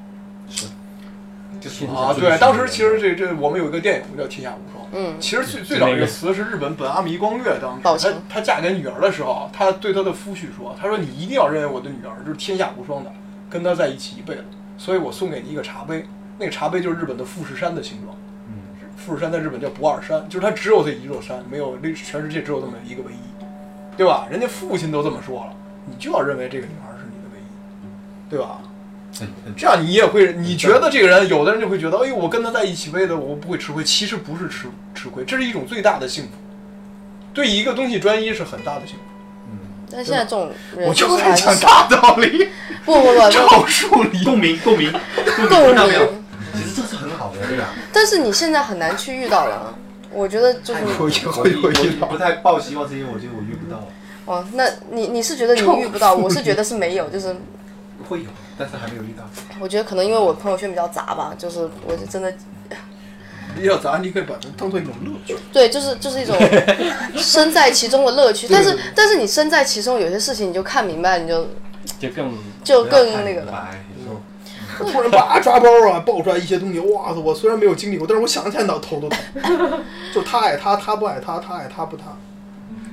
H: 就是
G: 啊，对，当时其实这这我们有一个电影叫《天下无双》，
E: 嗯
G: 其实最最早这个词是日本本阿弥光月当
E: 抱
G: 时
E: 歉
G: 她她嫁给女儿的时候，她对她的夫婿说，她说你一定要认为我的女儿就是天下无双的，跟她在一起一辈子，所以我送给你一个茶杯，那个茶杯就是日本的富士山的形状，
H: [LAUGHS]
G: 嗯，富士山在日本叫不二山，就是它只有这一座山，没有那全世界只有这么一个唯一，对吧？人家父亲都这么说了，你就要认为这个女孩是你的唯一，对吧？这样你也会，你觉得这个人，有的人就会觉得，哎呦，我跟他在一起为了我不会吃亏，其实不是吃吃亏，这是一种最大的幸福。对一个东西专一是很大的幸福。
E: 但现在这种人
G: 我
E: 就
G: 就是在
E: 还是
G: 讲大道理，
E: 不不不
G: 赵树理。
H: 共鸣共鸣，
E: 不共
H: 看到没有
E: 鸣，
H: 其实这是很好的，对吧？
E: 但是你现在很难去遇到了。我觉得就是
G: 我也会有一
H: 我不太抱希望，是因为我觉得我遇不到，
E: 哦，那你你是觉得你
G: [LAUGHS]
E: 遇不到，我是觉得是没有，就是
H: 会有，但是还没有遇到。
E: 我觉得可能因为我朋友圈比较杂吧，就是我就真的
G: 要哎咱你可以把它当做一种乐趣。
E: 对，就是就是一种身在其中的乐趣。但是但是你身在其中，有些事情你就看明白，你就
F: 就更
E: 就更那个了。
H: 白，
G: [LAUGHS] 突然叭抓包啊，爆出来一些东西，哇塞！我虽然没有经历过，但是我想起来脑头都疼。 [LAUGHS] 就他爱他，他不爱他，他爱他不他。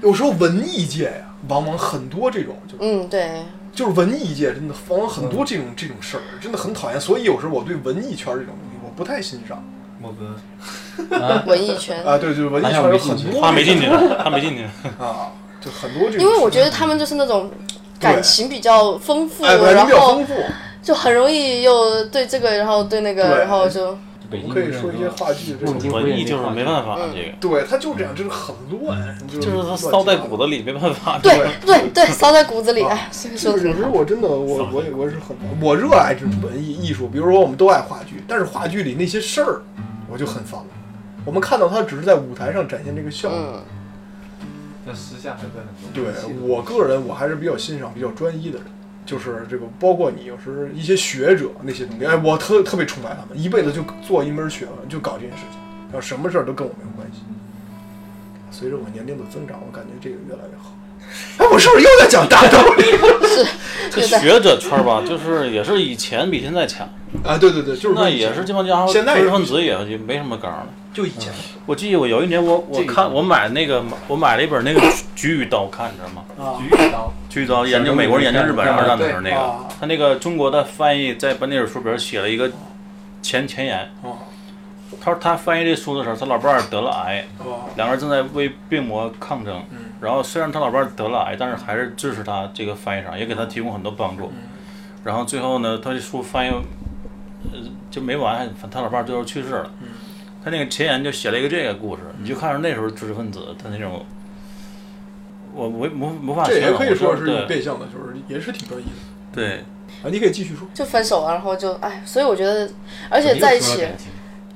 G: 有时候文艺界呀、往往很多这种就
E: 嗯，
G: [LAUGHS]
E: 对，
G: 就是文艺界真的往往很多这种、这种事儿，真的很讨厌。所以有时候我对文艺圈这种东西我不太欣赏
H: 莫哥，
E: 文艺圈，
G: 啊。对，就是文艺圈有很多
A: 他没进去，他没
E: [LAUGHS]
A: 进去，
G: 啊，就很多这种。
E: 因为我觉得他们就是那种感情比较丰富，
G: 哎，文艺
E: 然
G: 比较
E: 后
G: 丰富，
E: 就很容易又对这个，然后对那个，
G: 对
E: 然
G: [LAUGHS]
E: 后就
I: 北
A: 嗯
I: 京
G: 我可以说一些话剧这种，
F: 孟京
A: 我
F: 辉
A: 艺就是没办法，
E: 嗯
A: 这个
G: 对，他就这样，就是很乱，就
A: 就是
G: 乱
A: 他
G: 七八
A: 骚在
G: 糟
A: 骨子里，没办法。
E: 对对
G: [LAUGHS]
E: 对，骚在骨子里。
G: 啊
E: 哎，这个说
G: 就
E: 的
G: 是有
E: 挺
G: 时候
E: 好。
G: 我真的我我也我也是很我热爱这种文艺艺术，比如说我们都爱话剧，但是话剧里那些事儿我就很烦了。我们看到它只是在舞台上展现这个效果，
E: 嗯，
D: 但私下还在很多。
G: 对我个人我还是比较欣赏比较专一的人，就是这个包括你有时一些学者那些东西，哎，我特特别崇拜他们，一辈子就做一门学问，就搞这件事情，然后什么事儿都跟我没有关系。随着我年龄的增长，我感觉这个越来越好。哎，我是不是又在讲大道理？
A: 这
E: 对的
A: 学者圈儿吧，就是也是以前比现在强，
G: [LAUGHS] 啊，对对对，就是
A: 那也是这帮家伙
G: 现在也
A: 知
G: 是
A: 识分子也也没什么刚了。
G: 就以前
A: 我记得我有一年我我
D: 这个
A: 看我买那个我买了一本那个 [COUGHS] 《菊与刀》，看你知道吗？
G: 啊
D: 举一刀，
A: 《菊与刀》研究美国人研究日本人二战的时候那个，
G: 啊
A: 他那个中国的翻译在把那本书里边写了一个前前言。
G: 啊
A: 他说他翻译这书的时候，他老伴儿得了癌，
G: 啊！
A: 两个人正在为病魔抗争。
G: 嗯
A: 然后虽然他老伴儿得了癌，但是还是支持他这个翻译上，也给他提供很多帮助。然后最后呢，他这书翻译，呃，就没完，他老伴儿最后去世了。
G: 嗯
A: 他那个前言就写了一个这个故事，你就看着那时候知识分子他那种，我我无无法
G: 这
A: 形
G: 也
A: 容，
G: 可以说
A: 我
G: 是
A: 就
G: 你
A: 对
G: 变相的，就是也是挺专一的
A: 对，
G: 啊。你可以继续说，
E: 就分手了，然后就哎，所以我觉得，而且在一起，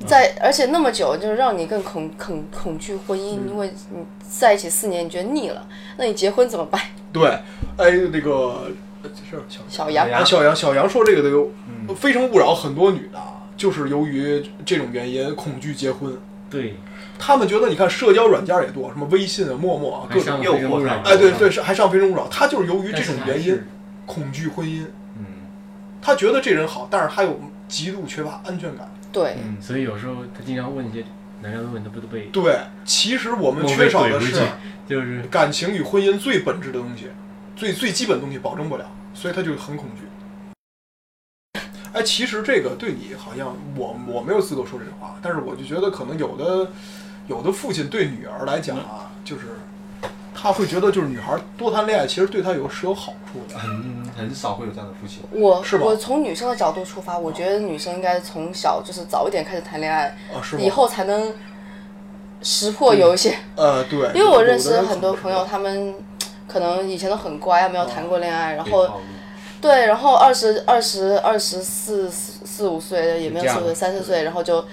E: 在而且那么久，就是让你更恐恐恐惧婚姻，
G: 嗯
E: 因为你在一起四年，你觉得腻了，那你结婚怎么办？
G: [LAUGHS] 对，哎，那个呃这是小
E: 小
D: 小
E: 杨
D: 杨
G: 杨小杨小杨说这个的有
D: 嗯
G: 《非诚勿扰》，很多女的啊就是由于这种原因恐惧结婚，
F: 对，
G: 她们觉得你看社交软件也多，什么微信啊、陌陌啊，各种
D: 还上
G: 诱
D: 诱
G: 惑
D: 惑
G: 上
D: 上
G: 哎，对对，是还上《非诚勿扰》，她就是由于这
D: 但是
G: 种
D: 还
G: 原因
D: 是，
G: 恐惧婚姻，
D: 嗯
G: 她觉得这人好，但是她有极度缺乏安全感。
E: 对，
D: 嗯，
F: 所以有时候他经常问一些男人问，他不都被
G: 对，其实我们
D: 梦
G: 缺
D: 被
G: 少
D: 怼
G: 的
D: 回
G: 是
D: 去
F: 就是
G: 感情与婚姻最本质的东西，最最基本的东西保证不了，所以他就很恐惧。哎，其实这个对你好像我我没有资格说这种话，但是我就觉得可能有的有的父亲对女儿来讲啊，
E: 嗯
G: 就是他会觉得就是女孩多谈恋爱其实对她有是有好处的。
D: 很很少会有这样的父亲。
E: 我
G: 是吧
E: 我从女生的角度出发，我觉得女生应该从小就是早一点开始谈恋爱，
G: 啊，是吗？
E: 以后才能识破有一些
G: 呃，对，
E: 因为我认
G: 有
E: 识
G: 的人
E: 很多朋友，他们可能以前都很乖，啊
G: 哦
E: 没有谈过恋爱，然
D: 被
E: 后
D: 套路
E: 对，然后二十二十二十四四四五岁的也没有
D: 这样
E: 四五岁，三十岁，然后就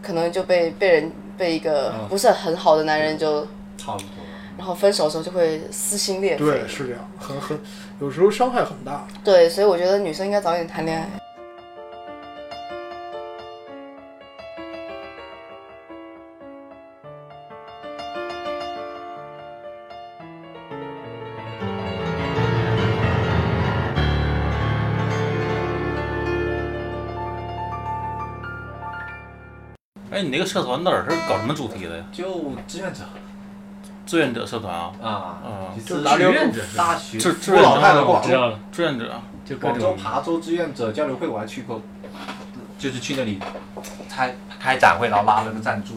E: 可能就被被人被一个
G: 哦
D: 嗯
E: 不是很好的男人就，
D: 套路多了，
E: 然后分手的时候就会撕心裂肺。
G: 对是这样，很很有时候伤害很大。
E: 对，所以我觉得女生应该早点谈恋爱。
A: 哎，你那个社团到底是搞什么主题的呀？
D: 就志愿者
A: 志愿者社团啊，
D: 啊
A: 啊，
D: 就是
G: 打
D: 志
G: 猎
D: 愿者，大学
A: 志志
G: 不
A: 愿
G: 老
A: 者，
G: 太太
F: 我
G: 挂
F: 知道了，
A: 志愿者啊，
F: 就各
D: 广州
F: 种
D: 琶洲志愿者交流会我还去过，就是去那里开开展会，然后拉了个赞助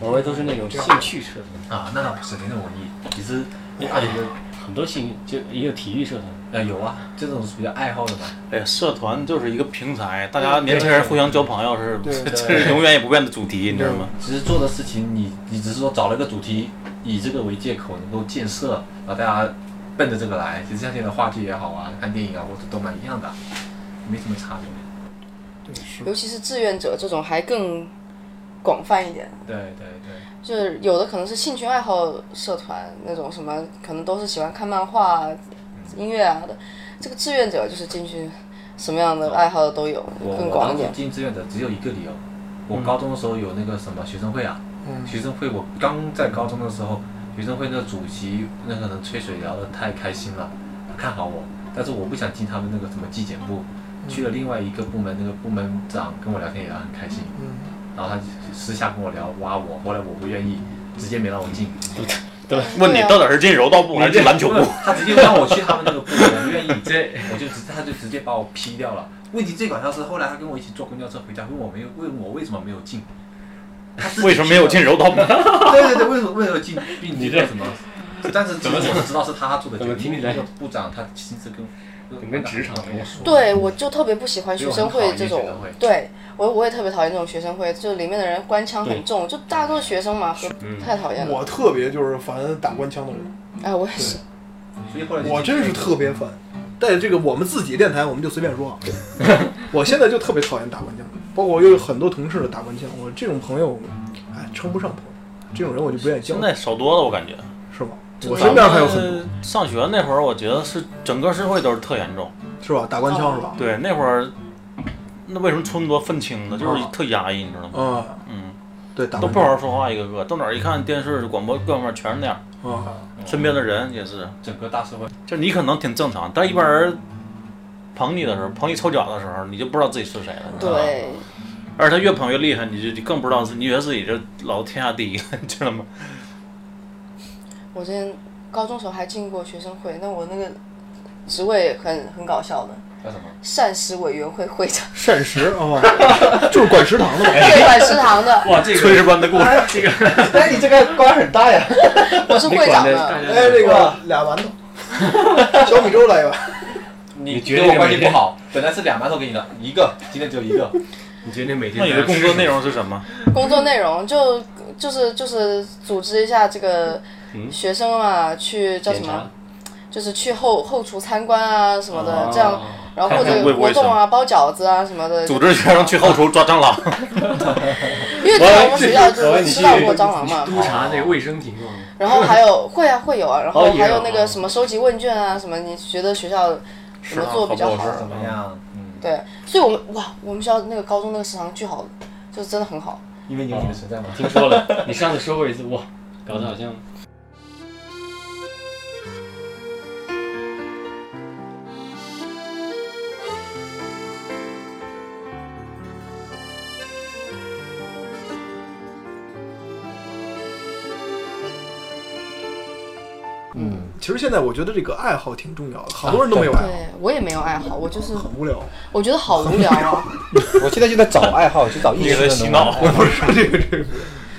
F: 我们都是那种兴趣社团，
D: 啊，那倒不是没那么文艺，只是
F: 那
D: 爱的
F: 很多兴就也有体育社团，
D: 呃有啊，这种是比较爱好的嘛。
A: 哎呀，社团就是一个平台，大家年轻人互相交朋友是，
G: 对
A: 这 [LAUGHS] 这是永远也不变的主题，你知道吗？
D: 只是做的事情你，你只是说找了一个主题，以这个为借口能够建设，然后大家奔着这个来。其实像现在话剧也好啊，看电影啊，或者都蛮一样的，没什么差别。
G: 对，是
E: 尤其是志愿者这种还更广泛一点，
D: 对对对，
E: 就是有的可能是兴趣爱好社团那种什么，可能都是喜欢看漫画、啊、音乐啊的。这个志愿者就是进去什么样的爱好的都有，
D: 我
E: 更
D: 我
E: 广
D: 当
E: 一
D: 时
E: 点。
D: 进志愿者只有一个理由，
A: 嗯
D: 我高中的时候有那个什么学生会啊，
G: 嗯，
D: 学生会我刚在高中的时候，学生会那个主席那个人吹水聊得太开心了，看好我，但是我不想进他们那个什么纪检部，
A: 嗯
D: 去了另外一个部门，那个部门长跟我聊天也很开心。
G: 嗯。
D: 然后他私下跟我聊挖我，后来我不愿意，直接没让我进。
A: 问你
E: 对啊
A: 到底是进柔道部还是进篮球
G: 啊
A: 部？
D: 他直接让我去他们那个部门， [LAUGHS] 我不愿意，
F: 这
D: 我就直他就直接把我批掉了。问题最搞笑是后来他跟我一起坐公交车回家，问我没有问我为什么没有进，他自己
A: 为什么没有进柔道部？
D: [LAUGHS] 对对对，为什么为什么进并
F: 你
D: 你
F: 这
D: 这什么？但是其实我知道是他做的
F: 怎
D: 决
F: 么听
D: 定，
F: 起来
D: 那个部长他亲自跟
F: 怎么跟职场一样？
E: 对，我就特别不喜欢学生会这种
J: 因为我很讨厌学生会，
E: 对我我也特别讨厌这种学生会，就里面的人官腔很重，就大家都是学生嘛，和太讨厌了。
G: 我特别就是烦打官腔的人，
E: 哎，我也是，
J: 所以后来就
G: 我真是特别烦。但这个我们自己电台我们就随便说啊。 [LAUGHS] 我现在就特别讨厌打官腔，包括我有很多同事的打官腔，我这种朋友，哎，称不上朋友，这种人我就不愿意交
B: 现，在少多了，我感觉。
G: 是吧？我身边还有很多，
B: 呃上学那会儿，我觉得是整个社会都是特严重。
G: 是吧？打官腔是吧？
A: 啊
B: 对，那会儿，那为什么村多愤青呢？就是
G: 啊
B: 特压抑，你知道
D: 哦
B: 吗？
G: 啊，
B: 嗯，
G: 对，打
B: 都
G: 官
B: 不好
G: 腔
B: 好说话，一个个到哪儿一看电视、广播各方面全是那样，
G: 啊，
B: 身边的人也是。
J: 整个大社会
B: 就你可能挺正常，但一般
A: [LAUGHS]
B: 人捧你的时候，捧你臭脚的时候，你就不知道自己是谁了。你知道吗，
E: 对，
B: 而且他越捧越厉害，你就你更不知道自己，你觉得自己这老天下第一了，你知道吗？
E: 我之前高中时候还进过学生会，但我那个职位很很搞笑的，
J: 叫什么？
E: 膳食委员会
G: [LAUGHS]
E: 会长，
G: 膳食啊，就是管食堂的嘛。
E: 对，管食堂的，
F: 哇，这
B: 炊事
A: [LAUGHS]
B: 班的故事，
G: [LAUGHS]
D: 哎，你这个官很大呀！
E: 我是会长的，
G: 哎，这个俩馒头，小米粥来一碗。
J: 你
F: 觉得
J: 跟我
F: 这
J: 关
F: 每
J: 系不
F: 天
J: 好，本来是两馒头给你的，一个今天只有一个，
F: 你觉得每天
B: 那你的工作内容是什么？
E: 工作内容就就是就是组织一下这个学生啊，去叫什
J: 检查
F: 啊
E: 么，就是去后后厨参观啊什么
F: 哦
E: 的，这样，然后或
B: 看看
E: 者
B: 卫不
E: 活
B: 卫
E: 动啊，包饺子啊什么的，
B: 组织学生去后厨抓蟑螂。
E: 因为之前我们学校就是吃到过蟑螂嘛，
B: 哦
F: 督察那个卫生情况，
E: [LAUGHS] 然后还有会啊会有啊，然
F: 好
E: 后
F: 野
E: 还有
F: 啊
E: 那个什么收集问卷啊什么，你觉得学校怎么做比较好？
J: 怎么样？嗯，
E: 对，所以我们哇，我们学校那个高中那个食堂巨好，就是真的很好。
J: 因为有你的存在嘛。
F: [LAUGHS] 听说 [LAUGHS] 了，你上次说过一次，哇，搞得好像
J: 嗯，
G: 其实现在我觉得这个爱好挺重要的，好多人都没有爱好，
E: 对我也没有爱好，我就是
G: 很无聊。
E: 我觉得好无聊啊。
D: 我现在就在找爱好，去找艺
B: 你给
D: 术
B: 他
D: 的
B: 洗
D: 能
B: 脑
D: 玩。，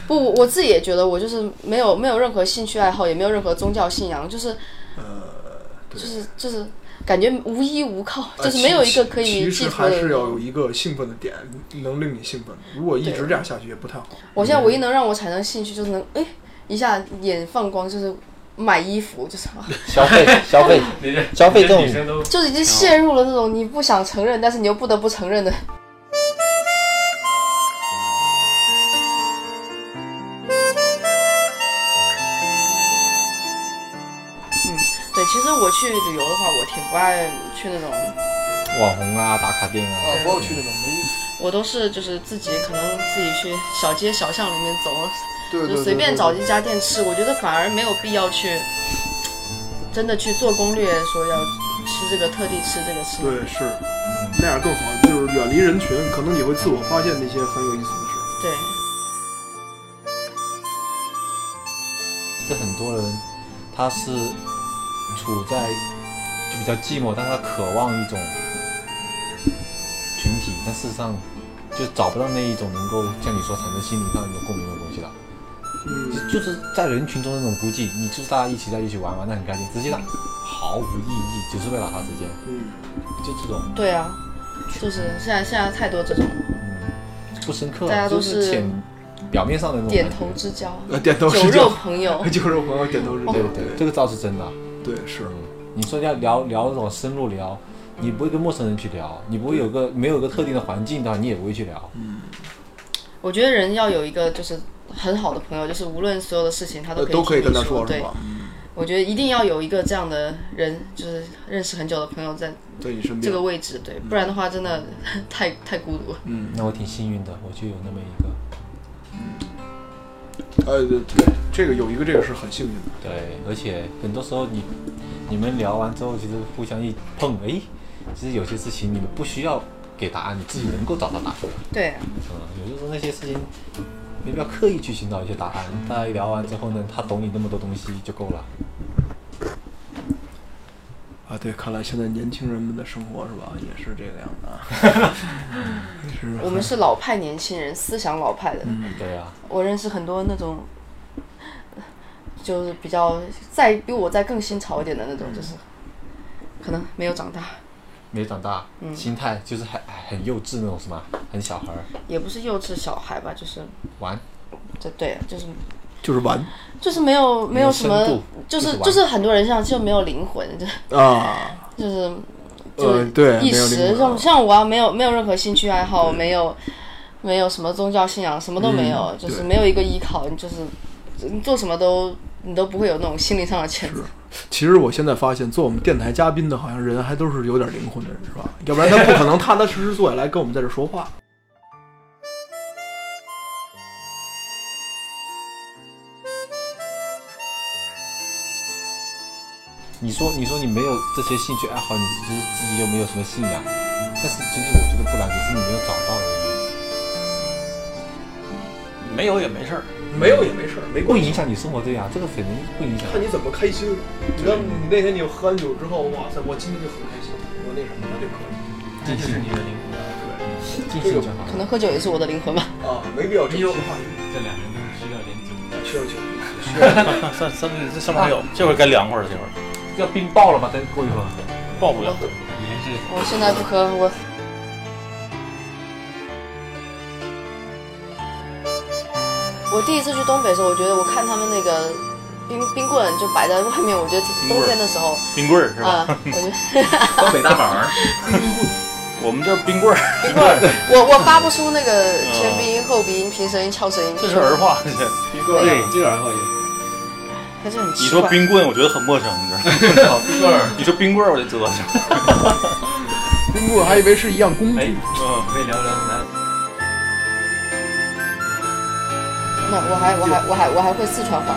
E: 不，我我自己也觉得我就是没有没有任何兴趣爱好，也没有任何宗教信仰，就是
G: 呃
E: 就是就是感觉无依无靠， [LAUGHS] 就是没有一个可以
G: 呃其
E: 寄
G: 实
E: 托
G: 还是
E: 的。
G: 要有一个兴奋的点，能令你兴奋。如果一直这样下去也不太好。
E: 我现在唯一能让我产生兴趣，就是能哎一下眼放光，就是买衣服，就是 [LAUGHS] 啊
D: 消费，消费，
F: 你这
D: 消费这种
F: 女生都
E: 就是已经陷入了那种你不想承认，但是你又不得不承认的。嗯，对，其实我去旅游的话，我挺不爱去那种，
D: 网红啊，打卡店啊，
G: 哦我有去那种没，
E: 我都是就是自己可能自己去小街小巷里面走，
G: 对
E: 就随便找一家店吃，我觉得反而没有必要去真的去做攻略，说要吃这个特地吃这个吃那个。
G: 对，是那样更好，就是远离人群，可能你会自我发现那些很有意思的事。
E: 对，
D: 是很多人，他是处在就比较寂寞，但他渴望一种群体，但事实上就找不到那一种能够像你说产生心灵上一种共鸣的东西了。
G: 嗯，
D: 就就是在人群中的那种孤寂，你就是大家一起在一起玩玩，那很开心，实际上毫无意义，只是为了打发时间，
G: 嗯，
D: 就这种
E: 对啊，就是现在现在太多这种
G: 嗯
D: 不深刻，
E: 大家都
D: 就是浅表面上的那种
E: 点
D: 感觉
E: 头
G: [LAUGHS]
E: 之交、
G: 呃，点头
E: 酒
G: 是
E: 肉
G: 交，。
E: 朋友
G: [LAUGHS]
E: 哦
G: 酒肉朋友点头是交，
D: 对对对，这个倒是真的。
G: 对是，
D: 你说要聊聊那种深入聊，你不会跟陌生人去聊，你不会有个没有个特定的环境的话，你也不会去聊。
G: 嗯
E: 我觉得人要有一个就是很好的朋友，就是无论所有的事情他
G: 呃
E: 都
G: 都可以
E: 以听
G: 跟
E: 你
G: 他
E: 说。
G: 说是嗯
E: 对
G: 吧，？
E: 我觉得一定要有一个这样的人，就是认识很久的朋友在
G: 在你身
E: 这
G: 边
E: 个，位置，对，不然的话真的 [LAUGHS] 太太孤独了。
G: 嗯，
D: 那我挺幸运的，我就有那么一个。
G: 呃，对对，这个有一个这个是很幸运的，
D: 对，而且很多时候你你们聊完之后，其实互相一碰，哎，其实有些事情你们不需要给答案，你自己能够找到答案。
E: 对，啊
D: 嗯，有些时候那些事情没必要刻意去寻找一些答案，大家聊完之后呢，他懂你那么多东西就够了。
G: 啊，对，看来现在年轻人们的生活是吧，也是这个样子啊，
E: [LAUGHS]
G: [LAUGHS] 是吧
E: 我们是老派年轻人，思想老派的。
G: 嗯
D: 对啊，
E: 我认识很多那种，
G: 嗯
E: 就是比较再比我再更新潮一点的那种，就是可能没有长大，
D: 没长大，
E: 嗯
D: 心态就是很很幼稚那种，是吗？很小孩儿
E: 也不是幼稚小孩吧，就是
D: 玩，
E: 这对，就是
C: 就是玩
E: 就是没有没
D: 有
E: 有什么
D: 深度，
E: 就
D: 就是
E: 是
D: 玩
E: 就是很多人像就没有灵魂，就
C: 啊，
E: 就是
C: 呃
E: 就
C: 对
E: 一
C: 没有灵
E: 时
C: 魂嗯
E: 像像我啊，没有没有任何兴趣爱好，没有没有什么宗教信仰，什么都没
C: 嗯
E: 有，就是没有一个依靠，你就是你做什么都你都不会有那种心灵上的牵扯。
C: 其实我现在发现，做我们电台嘉宾的，好像人还都是有点灵魂的人，是吧？要不然他不可能踏踏实实坐下来跟我们在这说话。
D: 你说你说你没有这些兴趣爱好，你就是自己又没有什么信仰，但是其实我觉得不然，只是你没有找到而
A: [LAUGHS]
D: 已，
A: 没有也没事儿。
G: 没有也没事儿，没
D: 不
G: 关系。
D: 影响你生活的呀，这个肯定不影响。
G: 看你怎么开心。你知道你那天你喝完酒之后，哇塞，我今天就很开心，我那什么，那就可以
F: 这就是你的灵魂。
D: 尽啊兴就好
C: 啊
E: 可能喝酒也是我的灵魂吧。
G: 啊，没必要争
F: 哎
G: 奇
F: 呦
G: 话语，
F: 这两人都是需要点酒的。
G: 需要酒。
A: 三三这上面还有，这会儿该凉快了，这会儿
D: 要冰爆了吗？等过一会儿。
A: 爆不了。
F: 已经是
E: 我现在不喝，我我第一次去东北的时候，我觉得我看他们那个冰冰棍就摆在外面，我觉得挺
A: 冰棍
E: 冬
A: 儿
E: 天的时候
A: 冰棍儿是吧？
E: 啊、
A: [LAUGHS]
E: 我觉得
H: 东北大板儿，
A: 我们这儿冰棍儿，
E: 冰棍儿，我我发不出那个前鼻音、后鼻音、平舌音、翘舌音，
A: 嗯这是儿化。这
F: 冰棍儿，这玩意儿
E: 它就很
A: 你
E: 奇
A: 说
E: 怪。
A: 冰棍，我觉得很陌生，你知道吗？
F: [LAUGHS]
H: 好冰棍儿，
A: 你说冰棍儿，我就知道。
C: 冰棍还以为是一样工具，
A: 嗯，
F: 可以聊聊南
E: 那我还我还我还我还会四川话，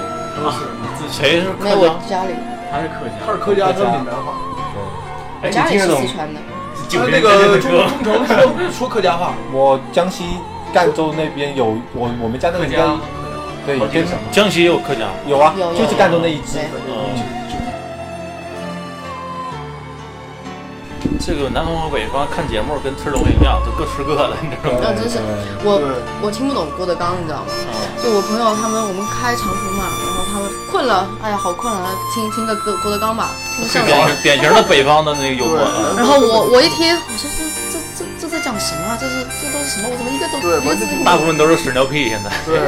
A: 谁是
E: 没有我家里
F: 他是客家，
G: 他是客家，他是闽南话。
F: 哎，
E: 家
F: 你
E: 里
F: 听得
E: 是
F: 懂
E: 四川的，
F: 九
G: 那
F: 零
G: 个
F: 的
G: 中
F: 歌？
G: 中城说说客家话，
D: 我江西赣州那边有我我们家那
F: 客
D: 个
F: 家，
D: 对
G: 呃
F: 好几
D: 跟
F: 个省份
A: 江西也有客家。
D: 有啊，
E: 有有
D: 就是赣州那一支
E: 对。
A: 嗯，这个南方和北方看节目跟吃东西一样，都各吃各的，你知
G: 嗯
A: 道吗？
E: 那真是我我听不懂郭德纲，你知道吗？
A: 哦
E: 就我朋友他们，我们开长途嘛，然后他们困了，哎呀好困啊，听听个郭郭德纲吧，听个相声
A: 典。型典型的北方的那个幽默啊。
E: 然后我我一听，我说这这这这在讲什么啊？这是这都是什么？我怎么一个都
C: 对
E: 一个字都不
A: 大部分都是屎尿屁，现在
C: 对，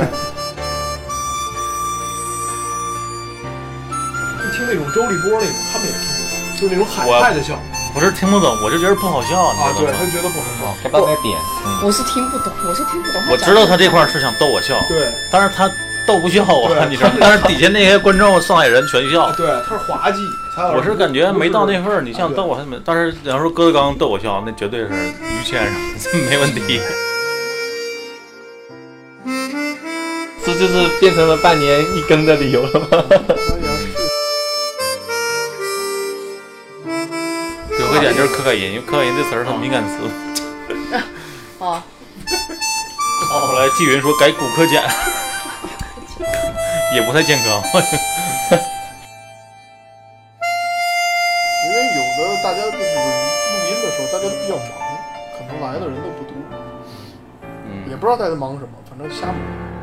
G: [LAUGHS] 就听那种周立波那种，他们也听不懂，就是那种海派的笑
A: 不是听不懂，我就觉得不好笑，
G: 啊，
A: 你知 [LAUGHS]
G: 对
A: 道
G: 他
A: 吗？
G: 觉得不好笑。
D: 还到那点，嗯，
E: 我是听不懂，我是听不懂。
A: 我知道他这块儿是想逗我笑，
G: 对
A: 但是他逗不笑我，
G: 对
A: 你知道吗？但是底下那些观众上海人全笑。
G: 啊对，他是滑稽，他
A: 我是感觉没到那份儿，你
D: 啊
A: 像逗我还没，但是你要说郭德纲逗我笑，那绝对是于谦上，这 [LAUGHS] 没问题。
D: [LAUGHS] 这就是变成了半年一更的理由了吗？
A: [LAUGHS] 有个点就是可卡因，因为可卡因这词儿很敏感词。
D: 啊
E: 他啊，
A: 后来纪云说改骨科碱， [LAUGHS] 也不太健康。
K: 因为有的大家就是录音的时候，大家都比较忙，可能来的人都不多，
A: 嗯
K: 也不知道大家忙什么，反正瞎忙。